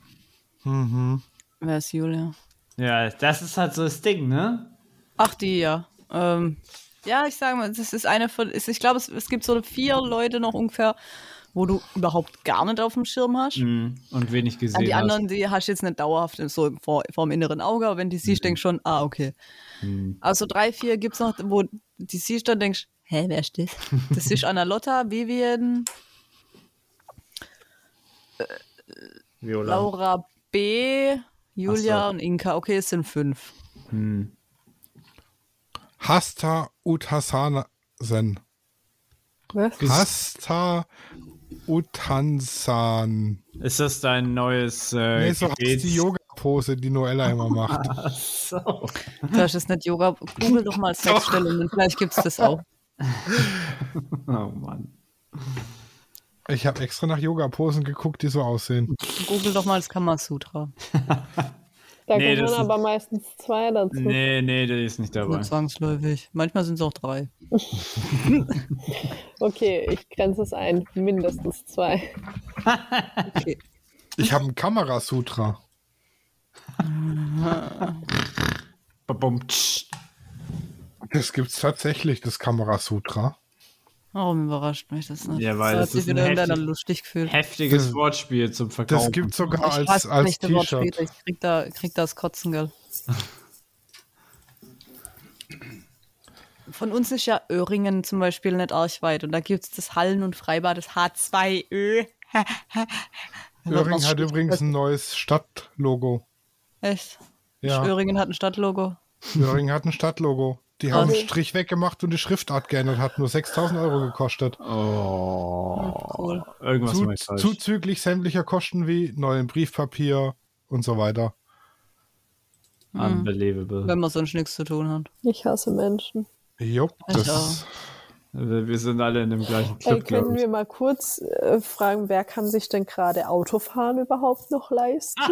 D: Wer ist Julia?
B: Ja, das ist halt so das Ding, ne?
D: Ach, die, ja. Ähm, ja, ich sage mal, das ist eine von. ist- Ich glaube, es, es gibt so vier Leute noch ungefähr, wo du überhaupt gar nicht auf dem Schirm hast.
C: Mhm.
B: Und wenig gesehen.
D: An die
B: hast.
D: anderen, die hast du jetzt nicht dauerhaft so vor, vor dem inneren Auge, aber wenn die
B: Mhm.
D: siehst, denkst du schon, ah, okay. Also drei, vier gibt es noch, wo die siehst, dann denkst hä, wer ist das? Das ist Anna Lotta, Vivian,
B: Viola.
D: Laura B., Julia
B: Ach so.
D: und Inka. Okay, es sind fünf.
C: Hasta Utasanasen.
E: Was?
C: Hasta Utansan.
B: Ist das dein neues äh,
C: Nee, so heißt
B: Gebets-
C: die Yoga-Pose, die Noella immer macht.
D: Das ist nicht Yoga. Google doch mal Sexstellungen, vielleicht gibt es das auch.
B: Oh Mann.
C: Ich habe extra nach Yoga-Posen geguckt, die so aussehen.
D: Google doch mal das Kamasutra.
E: Da
B: Nee, das
E: gehören
B: ist-
E: aber meistens zwei dazu.
B: Nee, nee, der ist nicht dabei.
D: Nur zwangsläufig. Manchmal sind es auch drei.
E: Okay, ich grenze es ein. Mindestens zwei.
C: Ich habe ein Kamerasutra.
B: Babum, tsch.
C: Das gibt's tatsächlich, das Kamerasutra.
D: Warum überrascht mich das nicht?
B: Ja, weil das
D: das hat
B: ist
D: sich
B: ein
D: wieder in deiner
B: heftig-
D: lustig gefühlt.
B: Heftiges
C: Das-
B: Wortspiel zum Verkaufen.
C: Das gibt sogar
D: Ich
C: als,
D: hasse
C: als
D: schlechte Wortspiele.
C: T-Shirt.
D: Ich krieg da, krieg das Kotzen, gell. Von uns ist ja Öhringen zum Beispiel nicht arg weit. Und da gibt es das Hallen- und Freibad, das H2Ö.
C: Öhring hat übrigens ein neues Stadtlogo.
D: Echt?
C: Ja,
D: Öhringen hat ein Stadtlogo.
C: Öhring hat ein Stadtlogo. Die haben
E: Okay.
C: einen Strich weggemacht und die Schriftart geändert. Hat nur 6000 Euro gekostet.
B: Oh.
D: Cool.
B: Irgendwas
C: Zu,
B: mache ich falsch.
C: zuzüglich sämtlicher Kosten wie neuem Briefpapier und so weiter. hm.
B: Unbelievable.
D: Wenn man sonst nichts zu tun hat.
E: Ich hasse Menschen.
C: Jo,
D: Ich
C: das
B: Wir wir sind alle in dem gleichen
E: Ey,
B: Club,
E: können
B: glaube ich.
E: wir mal kurz äh, fragen, wer kann sich denn gerade Autofahren überhaupt noch
C: Ah.
E: leisten?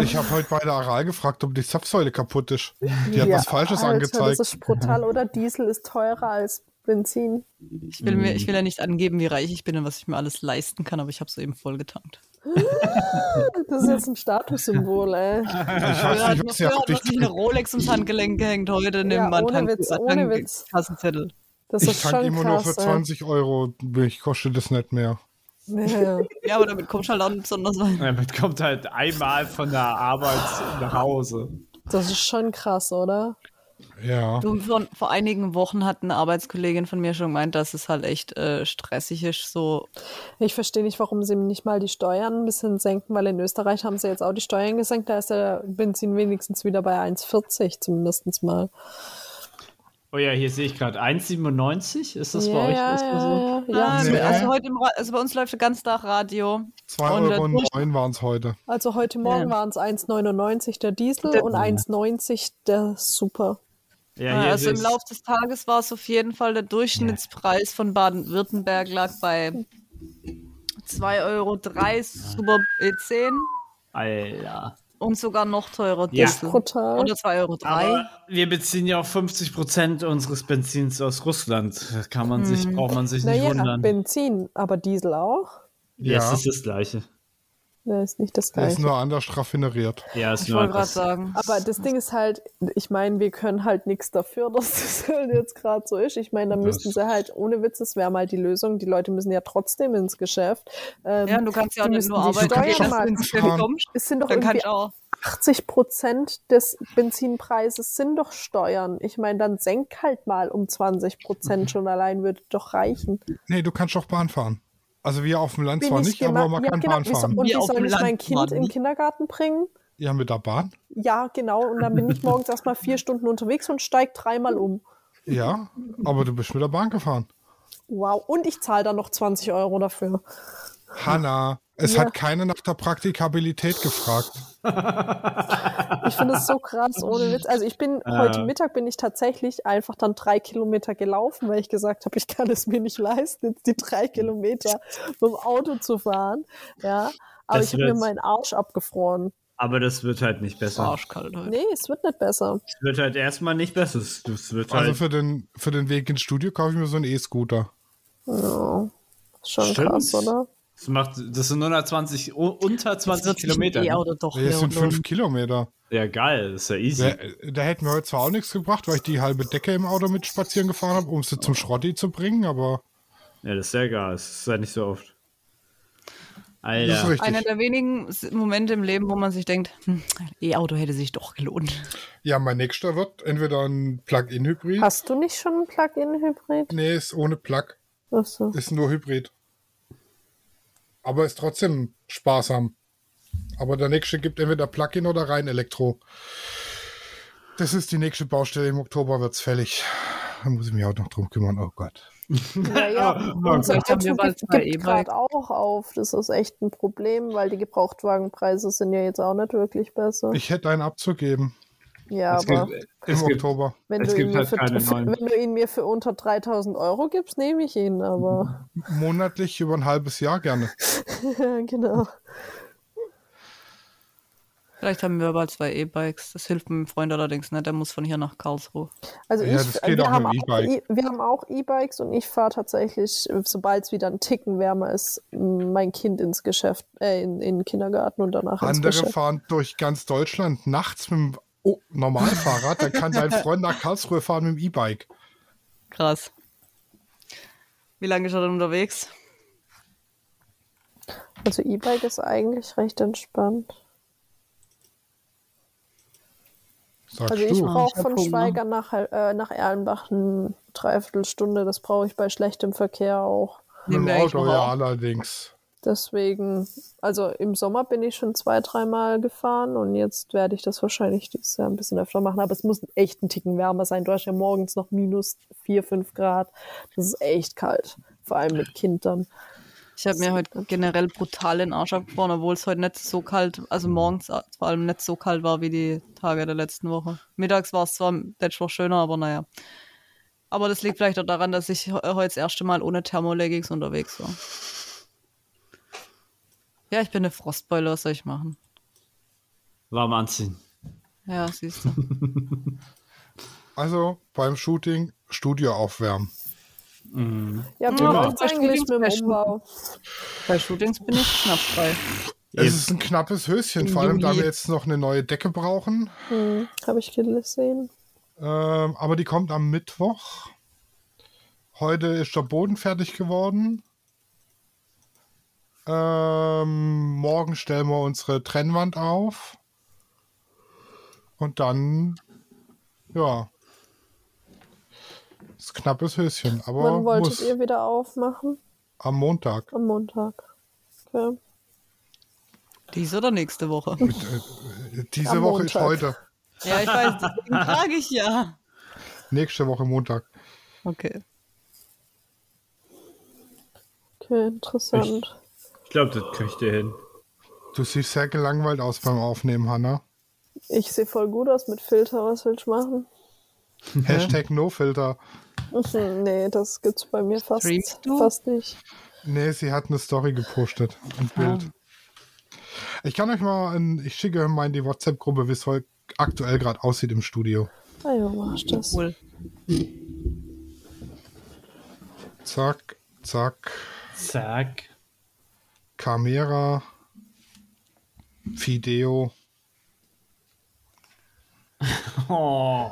C: Ich habe heute bei der Aral gefragt, ob die Zapfsäule kaputt ist. Die hat was Falsches
E: Alter,
C: angezeigt.
E: Das ist brutal, oder? Diesel ist teurer als Benzin.
D: Ich will, mir, ich will ja nicht angeben, wie reich ich bin und was ich mir alles leisten kann, aber ich habe es eben voll getankt.
E: Das ist jetzt ein Statussymbol, ey.
C: Ich weiß nicht,
D: noch
C: was ihr habt.
D: dass ich eine
C: Ich,
D: Rolex ums Handgelenk gehängt heute. nimmt
E: Ja,
D: man
E: ohne
D: Tank-
E: Witz, ohne
D: Tank-
E: Witz.
D: Kassenzettel.
E: Das
C: ich
E: ist
C: tank
E: schon
C: immer
E: krass,
C: nur für 20 Euro. Mich kostet das nicht mehr.
E: Ey. Ja.
D: Ja, aber damit kommst du halt auch nicht besonders weit.
B: Damit kommt halt einmal von der Arbeit nach Hause.
E: Das ist schon krass, oder?
C: Ja.
D: Du, vor, vor einigen Wochen hat eine Arbeitskollegin von mir schon gemeint, dass es halt echt äh, stressig ist. So,
E: Ich verstehe nicht, warum sie nicht mal die Steuern ein bisschen senken, weil in Österreich haben sie jetzt auch die Steuern gesenkt. Da ist der Benzin wenigstens wieder bei 1,40 zumindest mal.
B: Oh ja, hier sehe ich gerade 1,97. Ist das bei
E: Ja,
B: euch
E: ja,
B: erstmal so?
E: ja, ja,
D: ah,
E: ja.
C: Nee.
D: also, heute im Ra also bei uns läuft den ganzen Tag Radio.
C: 2,09 Euro neun waren es heute.
E: Also heute Morgen
D: Ja.
E: waren es 1,99 der Diesel
D: Der-
E: und 1,90 der Super.
B: Ja, hier
D: also
B: sehe
D: im
B: ich-
D: Laufe des Tages war es auf jeden Fall der Durchschnittspreis von Baden-Württemberg lag bei 2,03 Euro Super E10
B: Alter.
D: und sogar noch teurer
B: Ja.
D: Diesel.
E: Brutal.
D: Oder 2,03 Euro.
B: Aber wir beziehen ja auch 50% unseres Benzins aus Russland. Da Kann man sich, braucht man sich nicht
E: Naja,
B: wundern.
E: Benzin, aber Diesel auch?
B: Ja,
C: Ja.
B: es ist das Gleiche.
E: Das ist nicht das
C: Der ist
E: Gleiche.
C: nur anders raffineriert.
B: Ja, es ist
D: Ich
B: nur
D: wollte gerade
B: anders.
D: sagen.
E: Aber das Ding ist halt, ich meine, wir können halt nichts dafür, dass das halt jetzt gerade so ist. Ich meine, da müssten sie halt, ohne Witz, das wäre mal die Lösung. Die Leute müssen ja trotzdem ins Geschäft. Ähm,
D: Ja, du kannst ja auch
E: die
D: nicht
E: müssen
D: nur
E: die
D: arbeiten,
E: Steuern
D: gehen, dass
E: mal
D: du ins Geld
C: fahren.
D: kommst.
E: es sind doch
D: Dann
E: irgendwie
D: kannst du auch.
E: 80 Prozent des Benzinpreises sind doch Steuern. Ich meine, dann senk halt mal um 20
C: Mhm.
E: Prozent schon allein, würde doch reichen.
C: Nee, du kannst doch Bahn fahren. Also wir auf dem Land
E: Bin
C: zwar
E: ich
C: nicht,
E: gema-
C: aber man
E: ja,
C: kann
E: genau.
C: Bahn
E: Wieso-
C: fahren.
E: Und wie
D: Wir auf
E: soll
D: dem
E: ich mein
D: Land
E: Kind
D: fahren.
E: in den Kindergarten bringen?
C: Ja, mit der Bahn.
E: Ja, genau. Und dann bin ich morgens erstmal vier Stunden unterwegs und steige dreimal um.
C: Ja, aber du bist mit der Bahn gefahren.
E: Wow. Und ich zahle dann noch 20 Euro dafür.
C: Hanna, es
E: Ja.
C: hat keiner nach der Praktikabilität gefragt.
E: Ich finde es so krass, ohne Witz. Also ich bin heute Mittag bin ich tatsächlich einfach dann drei Kilometer gelaufen, weil ich gesagt habe, ich kann es mir nicht leisten, jetzt die drei Kilometer mit dem Auto zu fahren. Ja. Aber
B: Das
E: ich habe mir
B: wird's.
E: meinen Arsch abgefroren.
B: Aber das wird halt nicht besser.
D: Arschkalt heute.
E: Nee, es wird nicht besser.
B: Es wird halt erstmal nicht besser. Es wird halt
C: Also für den, für den Weg ins Studio kaufe ich mir so einen E-Scooter.
E: Ja. Schon
B: Stimmt.
E: krass, oder?
B: Das, macht, das sind 120, u- unter 20
D: Jetzt wird sich ein
B: Kilometer. ne?
D: E-Auto doch
C: Ja, es
D: hier
C: sind
D: und
C: fünf Kilometer.
B: Ja, geil, ist ja easy.
C: Da, da hätten wir heute zwar auch nichts gebracht, weil ich die halbe Decke im Auto mit spazieren gefahren habe, um sie zum Schrotti zu bringen, aber
B: Ja, das ist ja geil. Das ist ja nicht so oft.
C: das ist
B: Alter.
D: Einer
C: richtig.
D: der wenigen S- Momente im Leben, wo man sich denkt, hm, E-Auto hätte sich doch gelohnt.
C: Ja, mein nächster wird entweder ein Plug-in-Hybrid.
E: Hast du nicht schon einen Plug-in-Hybrid?
C: Nee, ist ohne Plug.
E: Ach so.
C: Ist nur Hybrid. Aber ist trotzdem sparsam. Aber der nächste gibt entweder Plug-in oder rein Elektro. Das ist die nächste Baustelle. Im Oktober wird es fällig. Da muss ich mich auch noch drum kümmern. Oh Gott.
E: Ja, ja.
B: Oh
E: Unser eh
D: Vielleicht haben wir
E: Auto
D: bald
E: gibt,
D: zwei
E: gibt
D: E-Bike.
E: gerade auch auf. Das ist echt ein Problem, weil die Gebrauchtwagenpreise sind ja jetzt auch nicht wirklich besser.
C: Ich hätte einen abzugeben
E: ja,
B: es
E: aber
B: gibt,
C: im
B: es gibt,
C: Oktober.
E: wenn
B: es
E: du,
B: gibt
E: ihn
B: halt
E: mir
B: keine
E: für, für,
B: neuen.
E: wenn du ihn mir für unter 3000 Euro gibst, nehme ich ihn, aber
C: Mhm. Monatlich über ein halbes Jahr gerne.
E: genau.
D: Vielleicht haben wir bald zwei E-Bikes. Das hilft meinem Freund allerdings nicht. Der muss von hier nach Karlsruhe.
E: Also
C: Ja, das
E: ich,
C: geht auch
E: wir, haben
C: mit dem
E: auch
C: E-Bike.
E: E- wir haben auch E-Bikes und ich fahre tatsächlich, sobald es wieder ein Ticken wärmer ist, mein Kind ins Geschäft, äh, in, in den Kindergarten und danach ins
C: Andere
E: Geschäft.
C: fahren durch ganz Deutschland nachts mit dem oh, Normalfahrrad. Dann kann dein Freund nach Karlsruhe fahren mit dem E-Bike.
D: Krass. Wie lange ist er denn unterwegs?
E: Also E-Bike ist eigentlich recht entspannt.
C: Sagst
E: also ich
C: du.
E: brauche
D: Ich hab
E: von
D: Hunger.
E: Schweiger nach, Hal- äh, nach Erlenbach eine Dreiviertelstunde. Das brauche ich bei schlechtem Verkehr auch.
C: Mit dem
D: Nehme ich
C: Auto,
D: mal
C: ja,
D: auf.
C: allerdings.
E: Deswegen, also im Sommer bin ich schon zwei, dreimal gefahren und jetzt werde ich das wahrscheinlich dieses Jahr ein bisschen öfter machen. Aber es muss echt ein Ticken wärmer sein. Du hast ja morgens noch minus 4, 5 Grad. Das ist echt kalt. Vor allem mit Kindern.
D: Ich habe mir heute generell brutal den Arsch abgefroren, obwohl es heute nicht so kalt, also morgens vor allem nicht so kalt war wie die Tage der letzten Woche. Mittags war es zwar letztes schöner, aber naja. Aber das liegt vielleicht auch daran, dass ich he- heute das erste Mal ohne Thermoleggings unterwegs war. Ja, ich bin eine Frostbeule, was soll ich machen?
B: Warm anziehen.
D: Ja, siehst du.
C: Also beim Shooting Studio aufwärmen.
E: Ja, wie
D: Ja,
E: läuft's
D: das
E: eigentlich mit dem
D: Frühlingsfest.
E: Umbau?
D: Bei Shootings bin ich knapp frei.
C: Es ist ein knappes Höschen, vor allem da wir jetzt noch eine neue Decke brauchen.
E: Hm, Habe ich gesehen.
C: Ähm, aber die kommt am Mittwoch. Heute ist der Boden fertig geworden. Ähm, morgen stellen wir unsere Trennwand auf. Und dann, ja. Ist knappes Höschen, aber
E: Wann wolltet
C: muss
E: ihr eh wieder aufmachen?
C: am Montag.
E: Am Montag. Okay.
D: Diese oder nächste Woche?
C: Diese
E: Am
C: Woche ist
E: Montag.
C: heute.
D: Ja, ich weiß, deswegen frage ich ja.
C: Nächste Woche Montag.
D: Okay.
E: Okay, interessant.
B: Ich glaube, das kriegt ihr hin.
C: Du siehst sehr gelangweilt aus beim Aufnehmen, Hanna.
E: Ich, sehe voll gut aus mit Filter. Was willst du machen?
D: Mhm.
C: Hashtag NoFilter.
E: nee, das gibt's bei mir fast,
D: Streamst du?
E: fast nicht.
C: Nee, sie hat eine Story gepostet. Ein
D: Ah.
C: Bild. Ich kann euch mal, ein, ich schicke euch mal in die WhatsApp-Gruppe, wie es heute aktuell gerade aussieht im Studio.
E: Ah ja, mach ich das.
D: Cool.
C: Zack, zack,
B: Zack.
C: Camera, Fideo.
B: Oh.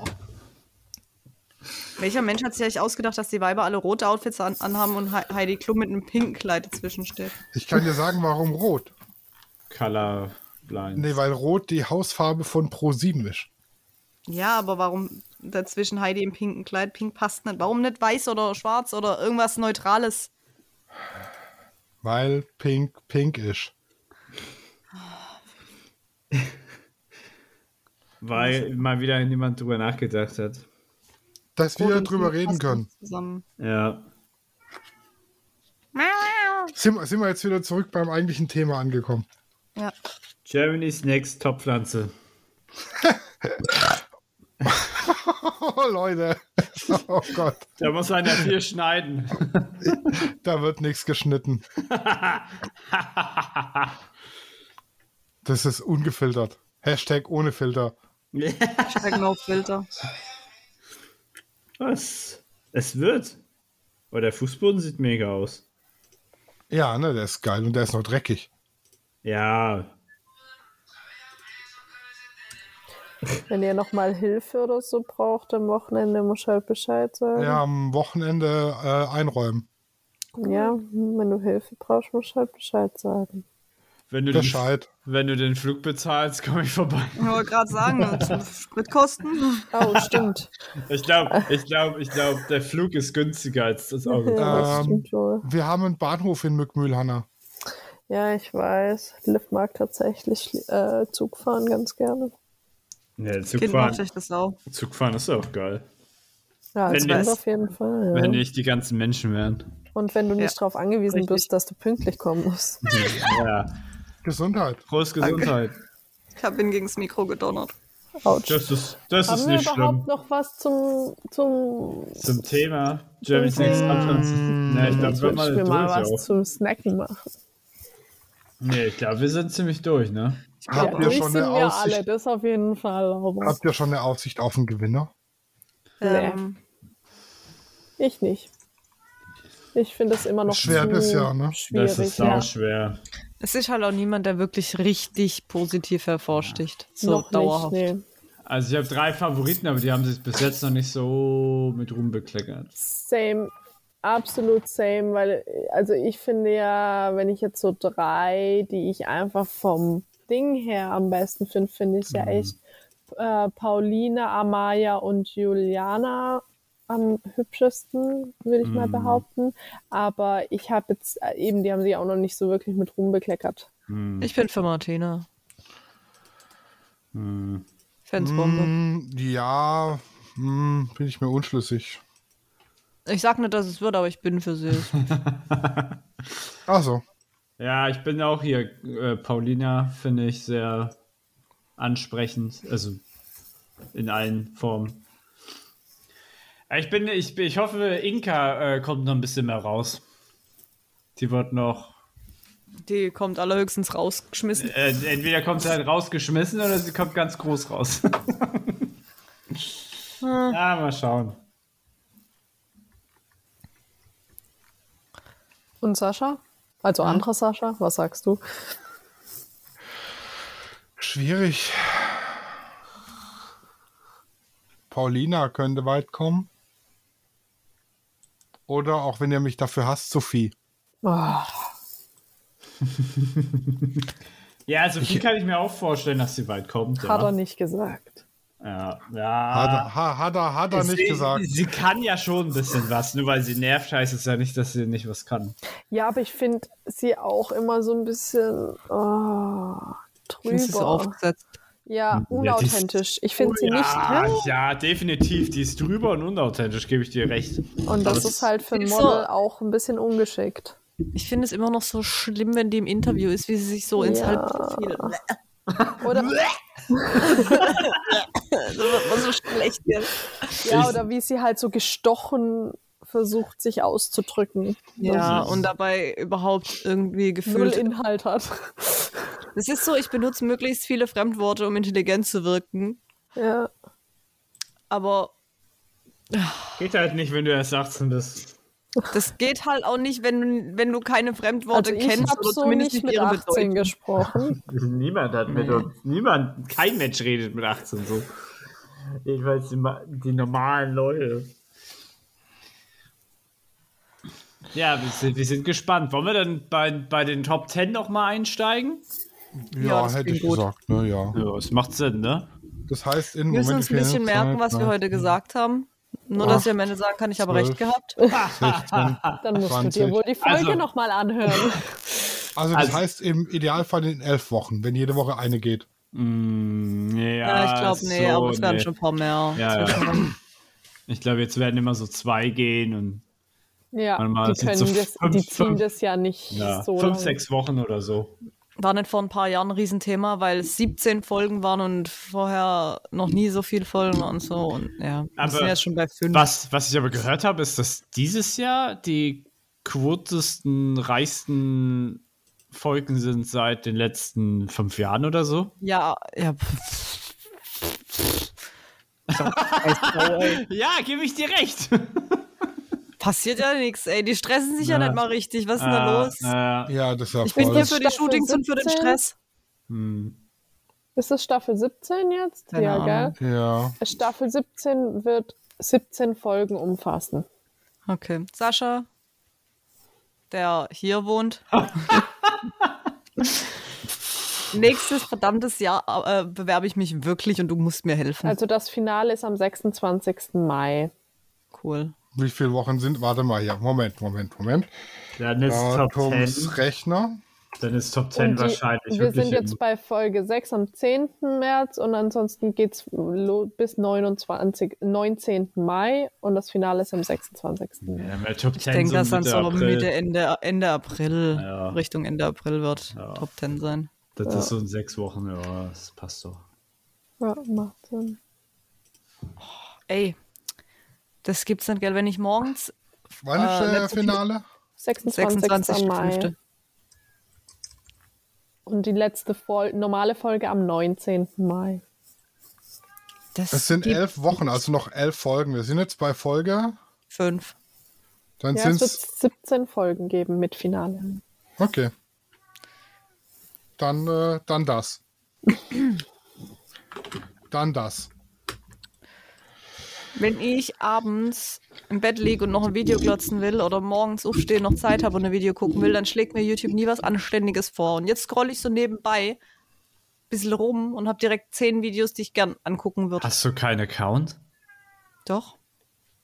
D: Welcher Mensch hat sich eigentlich ausgedacht, dass die Weiber alle rote Outfits an, anhaben und Hei- Heidi Klum mit einem pinken Kleid dazwischen steht?
C: Ich kann dir sagen, warum rot.
B: Colorblind.
C: Nee, weil rot die Hausfarbe von Pro7 ist.
D: Ja, aber warum dazwischen Heidi im pinken Kleid? Pink passt nicht. Warum nicht weiß oder schwarz oder irgendwas Neutrales?
C: Weil pink pink ist.
B: Weil mal wieder niemand drüber nachgedacht hat.
C: Dass wir
D: und
C: drüber
D: pink
C: reden
D: passt
C: können.
D: nicht Zusammen.
B: Ja.
C: Sind, wir- sind wir jetzt wieder zurück beim eigentlichen Thema angekommen.
D: Ja.
B: Germany's Next Top-Pflanze.
C: Oh, Leute. Oh Gott.
B: Da muss man ja viel schneiden.
C: Da wird nichts geschnitten. Das ist ungefiltert. Hashtag ohne Filter.
D: Hashtag no genau filter.
B: Was? Es wird. Oh, der Fußboden sieht mega aus.
C: Ja, ne, der ist geil und der ist noch dreckig.
B: Ja.
E: Wenn ihr nochmal Hilfe oder so braucht am Wochenende, muss ich halt Bescheid sagen.
C: Ja, am Wochenende äh, einräumen.
E: Ja, hm, wenn du Hilfe brauchst, musst du halt Bescheid sagen.
B: Wenn du, den,
C: Bescheid.
B: wenn du den Flug bezahlst, komme ich vorbei.
D: Ich wollte gerade sagen, das- Spritkosten.
E: Oh, stimmt.
B: Ich glaube, ich glaube, ich glaube, der Flug ist günstiger als das Auto.
E: ja, das
C: Ähm.
E: stimmt wohl.
C: Wir haben einen Bahnhof in Mückmühl, Hanna.
E: Ja, ich weiß. Liv mag tatsächlich äh, Zugfahren ganz gerne.
B: Nee,
D: Kind macht
B: Zugfahren,
D: euch das auch.
B: Zugfahren ist auch geil.
E: Ja, als
B: Wenn
E: Kind
B: du-
E: auf jeden Fall. Ja.
B: Wenn nicht die ganzen Menschen wären.
E: Und wenn du nicht
D: Ja.
E: darauf angewiesen
D: Richtig.
E: bist, dass du pünktlich kommen musst.
B: Ja.
C: Gesundheit.
B: Prost Gesundheit.
D: Ich hab ihn gegen das Mikro gedonnert.
E: Autsch.
B: Das ist, das
E: Haben
B: ist
E: wir
B: nicht
E: überhaupt
B: schlimm.
E: noch was zum, zum
B: Zum Thema Germany's Next
E: Thema.
B: Toplands. Nee, ich glaube,
E: Jetzt
B: wir,
E: wünschen wir Hm. mal
B: mal
E: was
B: durch auch.
E: zum Snacken machen.
B: Nee, ich glaub, wir sind ziemlich durch, ne?
C: Habt ihr
E: durch
C: schon
E: sind
C: eine
E: wir alle,
C: Aussicht?
E: das auf jeden Fall. Aber
C: Habt ihr schon eine Aussicht auf einen Gewinner?
D: Ähm,
E: ich nicht. Ich finde es immer noch
C: Schwer
E: zu
C: das Jahr, ne?
E: schwierig.
B: das ist
E: ja.
B: schwer.
D: Es ist halt auch niemand, der wirklich richtig positiv hervorsticht. So
E: noch
D: dauerhaft.
E: Nicht, nee.
B: Also ich habe drei Favoriten, aber die haben sich bis jetzt noch nicht so mit Ruhm bekleckert.
E: Same. absolut same, weil, also ich finde ja, wenn ich jetzt so drei, die ich einfach vom Ding her am besten finde, finde ich ja
C: Mhm.
E: echt äh, Pauline, Amaya und Juliana am hübschesten, würde ich mal
B: Mhm.
E: behaupten. Aber ich habe jetzt äh, eben, die haben sich auch noch nicht so wirklich mit Ruhm bekleckert.
B: Hm.
D: Ich bin für Martina.
B: Hm.
D: Fansbombe.
C: Mm, ja, mm, bin ich mir unschlüssig.
D: Ich sag nicht, dass es wird, aber ich bin für sie.
C: Also,
B: Ja, ich bin auch hier. Äh, Paulina finde ich sehr ansprechend, also in allen Formen. Äh, Ich bin, ich, ich hoffe, Inka äh, kommt noch ein bisschen mehr raus. Die wird noch.
D: Die kommt allerhöchstens rausgeschmissen.
B: Äh, entweder kommt sie halt rausgeschmissen oder sie kommt ganz groß raus. ja, mal schauen.
E: Und Sascha? Also anderer Sascha, was sagst du?
C: schwierig. Paulina könnte weit kommen. Oder auch wenn ihr mich dafür hasst, Sophie.
E: Oh,
B: Ja, also viel kann ich mir auch vorstellen, dass sie weit kommt.
E: Hat er
B: Ja,
E: nicht gesagt.
B: ja. ja.
C: Hat, er-
D: Ah.
C: ha, hat er, hat er
B: sie,
C: nicht gesagt.
B: Sie kann ja schon ein bisschen was, nur weil sie nervt, heißt es ja nicht, dass sie nicht was kann.
E: Ja, aber ich finde sie auch immer so ein bisschen oh,
D: Findest du so
E: drüber.
D: aufgesetzt?
E: Ja, unauthentisch. Ich
D: oh
E: finde sie nicht.
B: Oh ja,
E: hä?
B: ja, definitiv. Die ist drüber und unauthentisch, gebe ich dir recht.
E: Und das
B: Aber
E: ist halt für ein
D: ist
E: Model
D: so-
E: auch ein bisschen ungeschickt.
D: Ich finde es immer noch so schlimm, wenn die im Interview ist, wie sie sich so ins
E: Ja.
D: Halbprofil.
E: Oder,
D: Das Also wird immer so schlecht. Ja.
E: ja, oder wie sie halt so gestochen versucht, sich auszudrücken.
D: ja, und dabei überhaupt irgendwie
E: Null
D: gefühlt.
E: Inhalt hat.
D: Es ist so, ich benutze möglichst viele Fremdworte, um intelligent zu wirken.
E: Ja.
D: Aber
B: Geht halt nicht, wenn du erst 18 bist.
D: das geht halt auch nicht, wenn, wenn du keine
E: Also
D: Fremdworte
E: ich
D: kennst
E: habe
D: oder
E: so
D: zumindest
E: nicht
D: nicht
E: mit
D: ihre
E: 18
D: Bedeutung.
E: gesprochen.
B: Niemand hat mit uns. Niemand, kein Mensch redet mit 18 so. Jedenfalls die, ma- die normalen Leute. Ja, wir sind, wir sind gespannt. Wollen wir dann bei, bei den Top 10 nochmal einsteigen?
D: Ja,
C: Ja,
D: das
C: hätte
D: klingt
C: ich
D: gut.
C: gesagt. Ne, ja.
B: Ja, es macht Sinn, ne?
C: Das heißt, in
D: Wir müssen
C: Moment,
D: uns
C: wie
D: ein
C: viel
D: bisschen
C: Zeit?
D: merken, was wir
C: Nein.
D: heute gesagt haben. Nur,
C: Acht,
D: dass ihr am Ende sagen kann, ich habe recht
C: zwölf.
D: gehabt.
C: 16.
E: Dann musst du
C: 20.
E: dir wohl die Folge
B: Also-
E: nochmal anhören.
C: Also das
B: Also-
C: heißt im Idealfall in elf Wochen, wenn jede Woche eine geht.
B: Mm, ja,
D: Ja, ich glaube, nee,
B: so,
D: aber es werden
B: nee.
D: schon ein paar mehr.
B: Ja, ja. Ich glaube, jetzt werden immer so zwei gehen und
E: Ja,
B: Warte mal,
E: die
B: das sind
E: können
B: so
E: das,
B: fünf-
E: die ziehen
B: fünf-
E: das ja nicht
B: ja,
E: so
B: fünf,
E: lang.
B: sechs Wochen oder so.
D: War nicht vor ein paar Jahren ein Riesenthema, weil es 17 Folgen waren und vorher noch nie so viele Folgen und so. Und ja, wir
B: Aber
D: sind jetzt schon bei fünf.
B: Was, was ich aber gehört habe, ist, dass dieses Jahr die kürzesten, reichsten Folgen sind seit den letzten fünf Jahren oder so.
D: Ja, ja. pff. So, ey, so, ey.
B: Ja, gebe ich dir recht.
D: Passiert ja nichts, ey. Die stressen sich ja,
B: Ja.
D: nicht mal richtig. Was ist denn da los?
B: Äh,
C: Ja, das ist ja
D: ich bin
C: voll.
D: hier für die
E: Staffel
D: Shootings und für den
E: 17?
D: Stress.
B: hm.
E: Ist das Staffel 17 jetzt?
D: Keine
E: ja,
D: Ahnung.
E: gell?
C: Ja.
E: Staffel 17 wird 17 Folgen umfassen.
D: Okay. Sascha, der hier wohnt. Nächstes verdammtes Jahr äh, bewerbe ich mich wirklich und du musst mir helfen.
E: Also das Finale ist am 26. Mai.
D: cool.
C: Wie viele Wochen sind? Warte mal hier. Moment, Moment, Moment.
B: Dann ist
C: Äh,
B: Top
C: Toms
B: 10.
C: Rechner.
B: Dann ist Top 10
E: Und die,
B: wahrscheinlich.
E: wir
B: wirklich
E: sind
B: im-
E: jetzt bei Folge 6 am 10. März und ansonsten geht es bis 29, 19. Mai und das Finale ist am 26. Mai.
B: Oh. ja, bei Top 10
D: Ich denke, dass dann so
B: April.
D: Mitte Ende, Ende April,
B: Ja.
D: Richtung Ende April wird Top 10 sein.
B: Das ist so in sechs Wochen, ja, das passt doch.
E: Ja, macht Sinn.
D: Ey, das gibt's nicht, gell? Wenn ich morgens
C: Wann ist
D: Äh,
C: äh,
D: letzte-
C: Finale?
E: 26.
D: 26.
E: Mai.
D: fünfte.
E: Und die letzte Fol normale Folge am 19. Mai.
D: Das
C: Es sind
D: gibt
C: elf Wochen, also noch elf Folgen. Wir sind jetzt bei Folge.
D: fünf.
C: Dann
E: Ja, es
C: sind
E: wird
C: es.
E: 17 Folgen geben mit Finale.
C: Okay. Dann, äh, dann das. dann das.
D: Wenn ich abends im Bett liege und noch ein Video glotzen will oder morgens aufstehen, noch Zeit habe und ein Video gucken will, dann schlägt mir YouTube nie was Anständiges vor. Und jetzt scrolle ich so nebenbei ein bisschen rum und habe direkt zehn Videos, die ich gern angucken würde.
B: Hast du keinen Account?
D: Doch.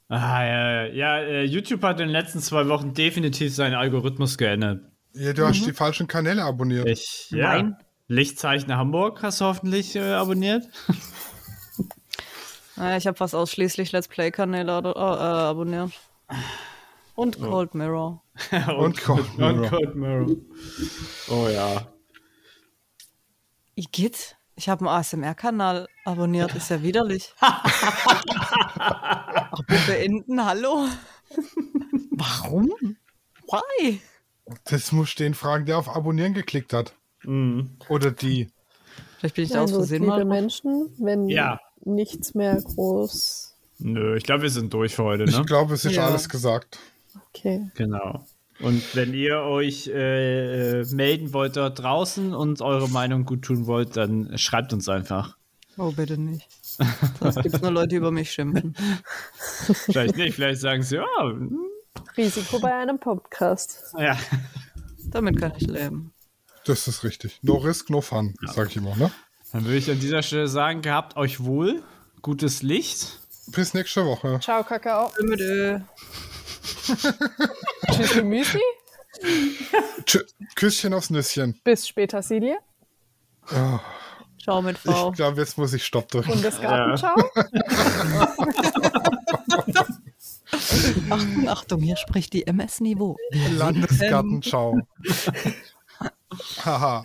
B: Ah, ja, ja, ja, äh, YouTube hat in den letzten zwei Wochen definitiv seinen Algorithmus geändert.
C: Ja, du hast die falschen Kanäle abonniert.
B: Ich, ja.
D: Nein.
B: Lichtzeichen Hamburg hast du hoffentlich äh, abonniert.
D: Naja, Ah, ich habe fast ausschließlich Let's Play-Kanäle oder- äh, abonniert. Und Cold Mirror.
C: Und Cold Mirror.
B: Und Cold Mirror. Oh ja.
D: Igitt, ich habe einen ASMR-Kanal abonniert, ist ja widerlich. Apropos beenden, hallo? Warum? Why?
C: Das musst du den fragen, der auf Abonnieren geklickt hat. Oder die.
D: Vielleicht bin ich da aus
E: Also,
D: Versehen
E: liebe
D: mal. drauf.
E: Menschen, wenn
B: Ja.
E: nichts mehr groß.
B: Nö, ich glaube, wir sind durch für heute,
C: Ich
B: ne?
C: glaube, es ist
D: Ja.
C: alles gesagt.
E: Okay.
B: Genau. Und wenn ihr euch äh, äh, melden wollt dort draußen und eure Meinung gut tun wollt, dann schreibt uns einfach.
D: Oh, bitte nicht. Sonst gibt es nur Leute, die über mich schimpfen.
B: Vielleicht nicht, vielleicht sagen sie, ja, hm,
E: Risiko bei einem Podcast.
B: ja.
D: Damit kann ich leben.
C: Das ist richtig. No risk, no fun, sag ich immer, ne?
B: Dann würde ich an dieser Stelle sagen, gehabt euch wohl, gutes Licht.
C: Bis nächste Woche.
E: Ciao, Kakao.
D: Bitte.
E: Tschüss, Gemüsi.
C: Tschö. Küsschen aufs Nüsschen.
E: Bis später, Silje. Oh.
D: Ciao mit
C: Ich
D: V.
C: glaube, jetzt muss ich Stopp drücken.
E: Und das Gartenschau.
D: Achtung, Achtung, hier spricht die MS-Niveau. Ähm.
C: Landesgarten, ciao. Haha.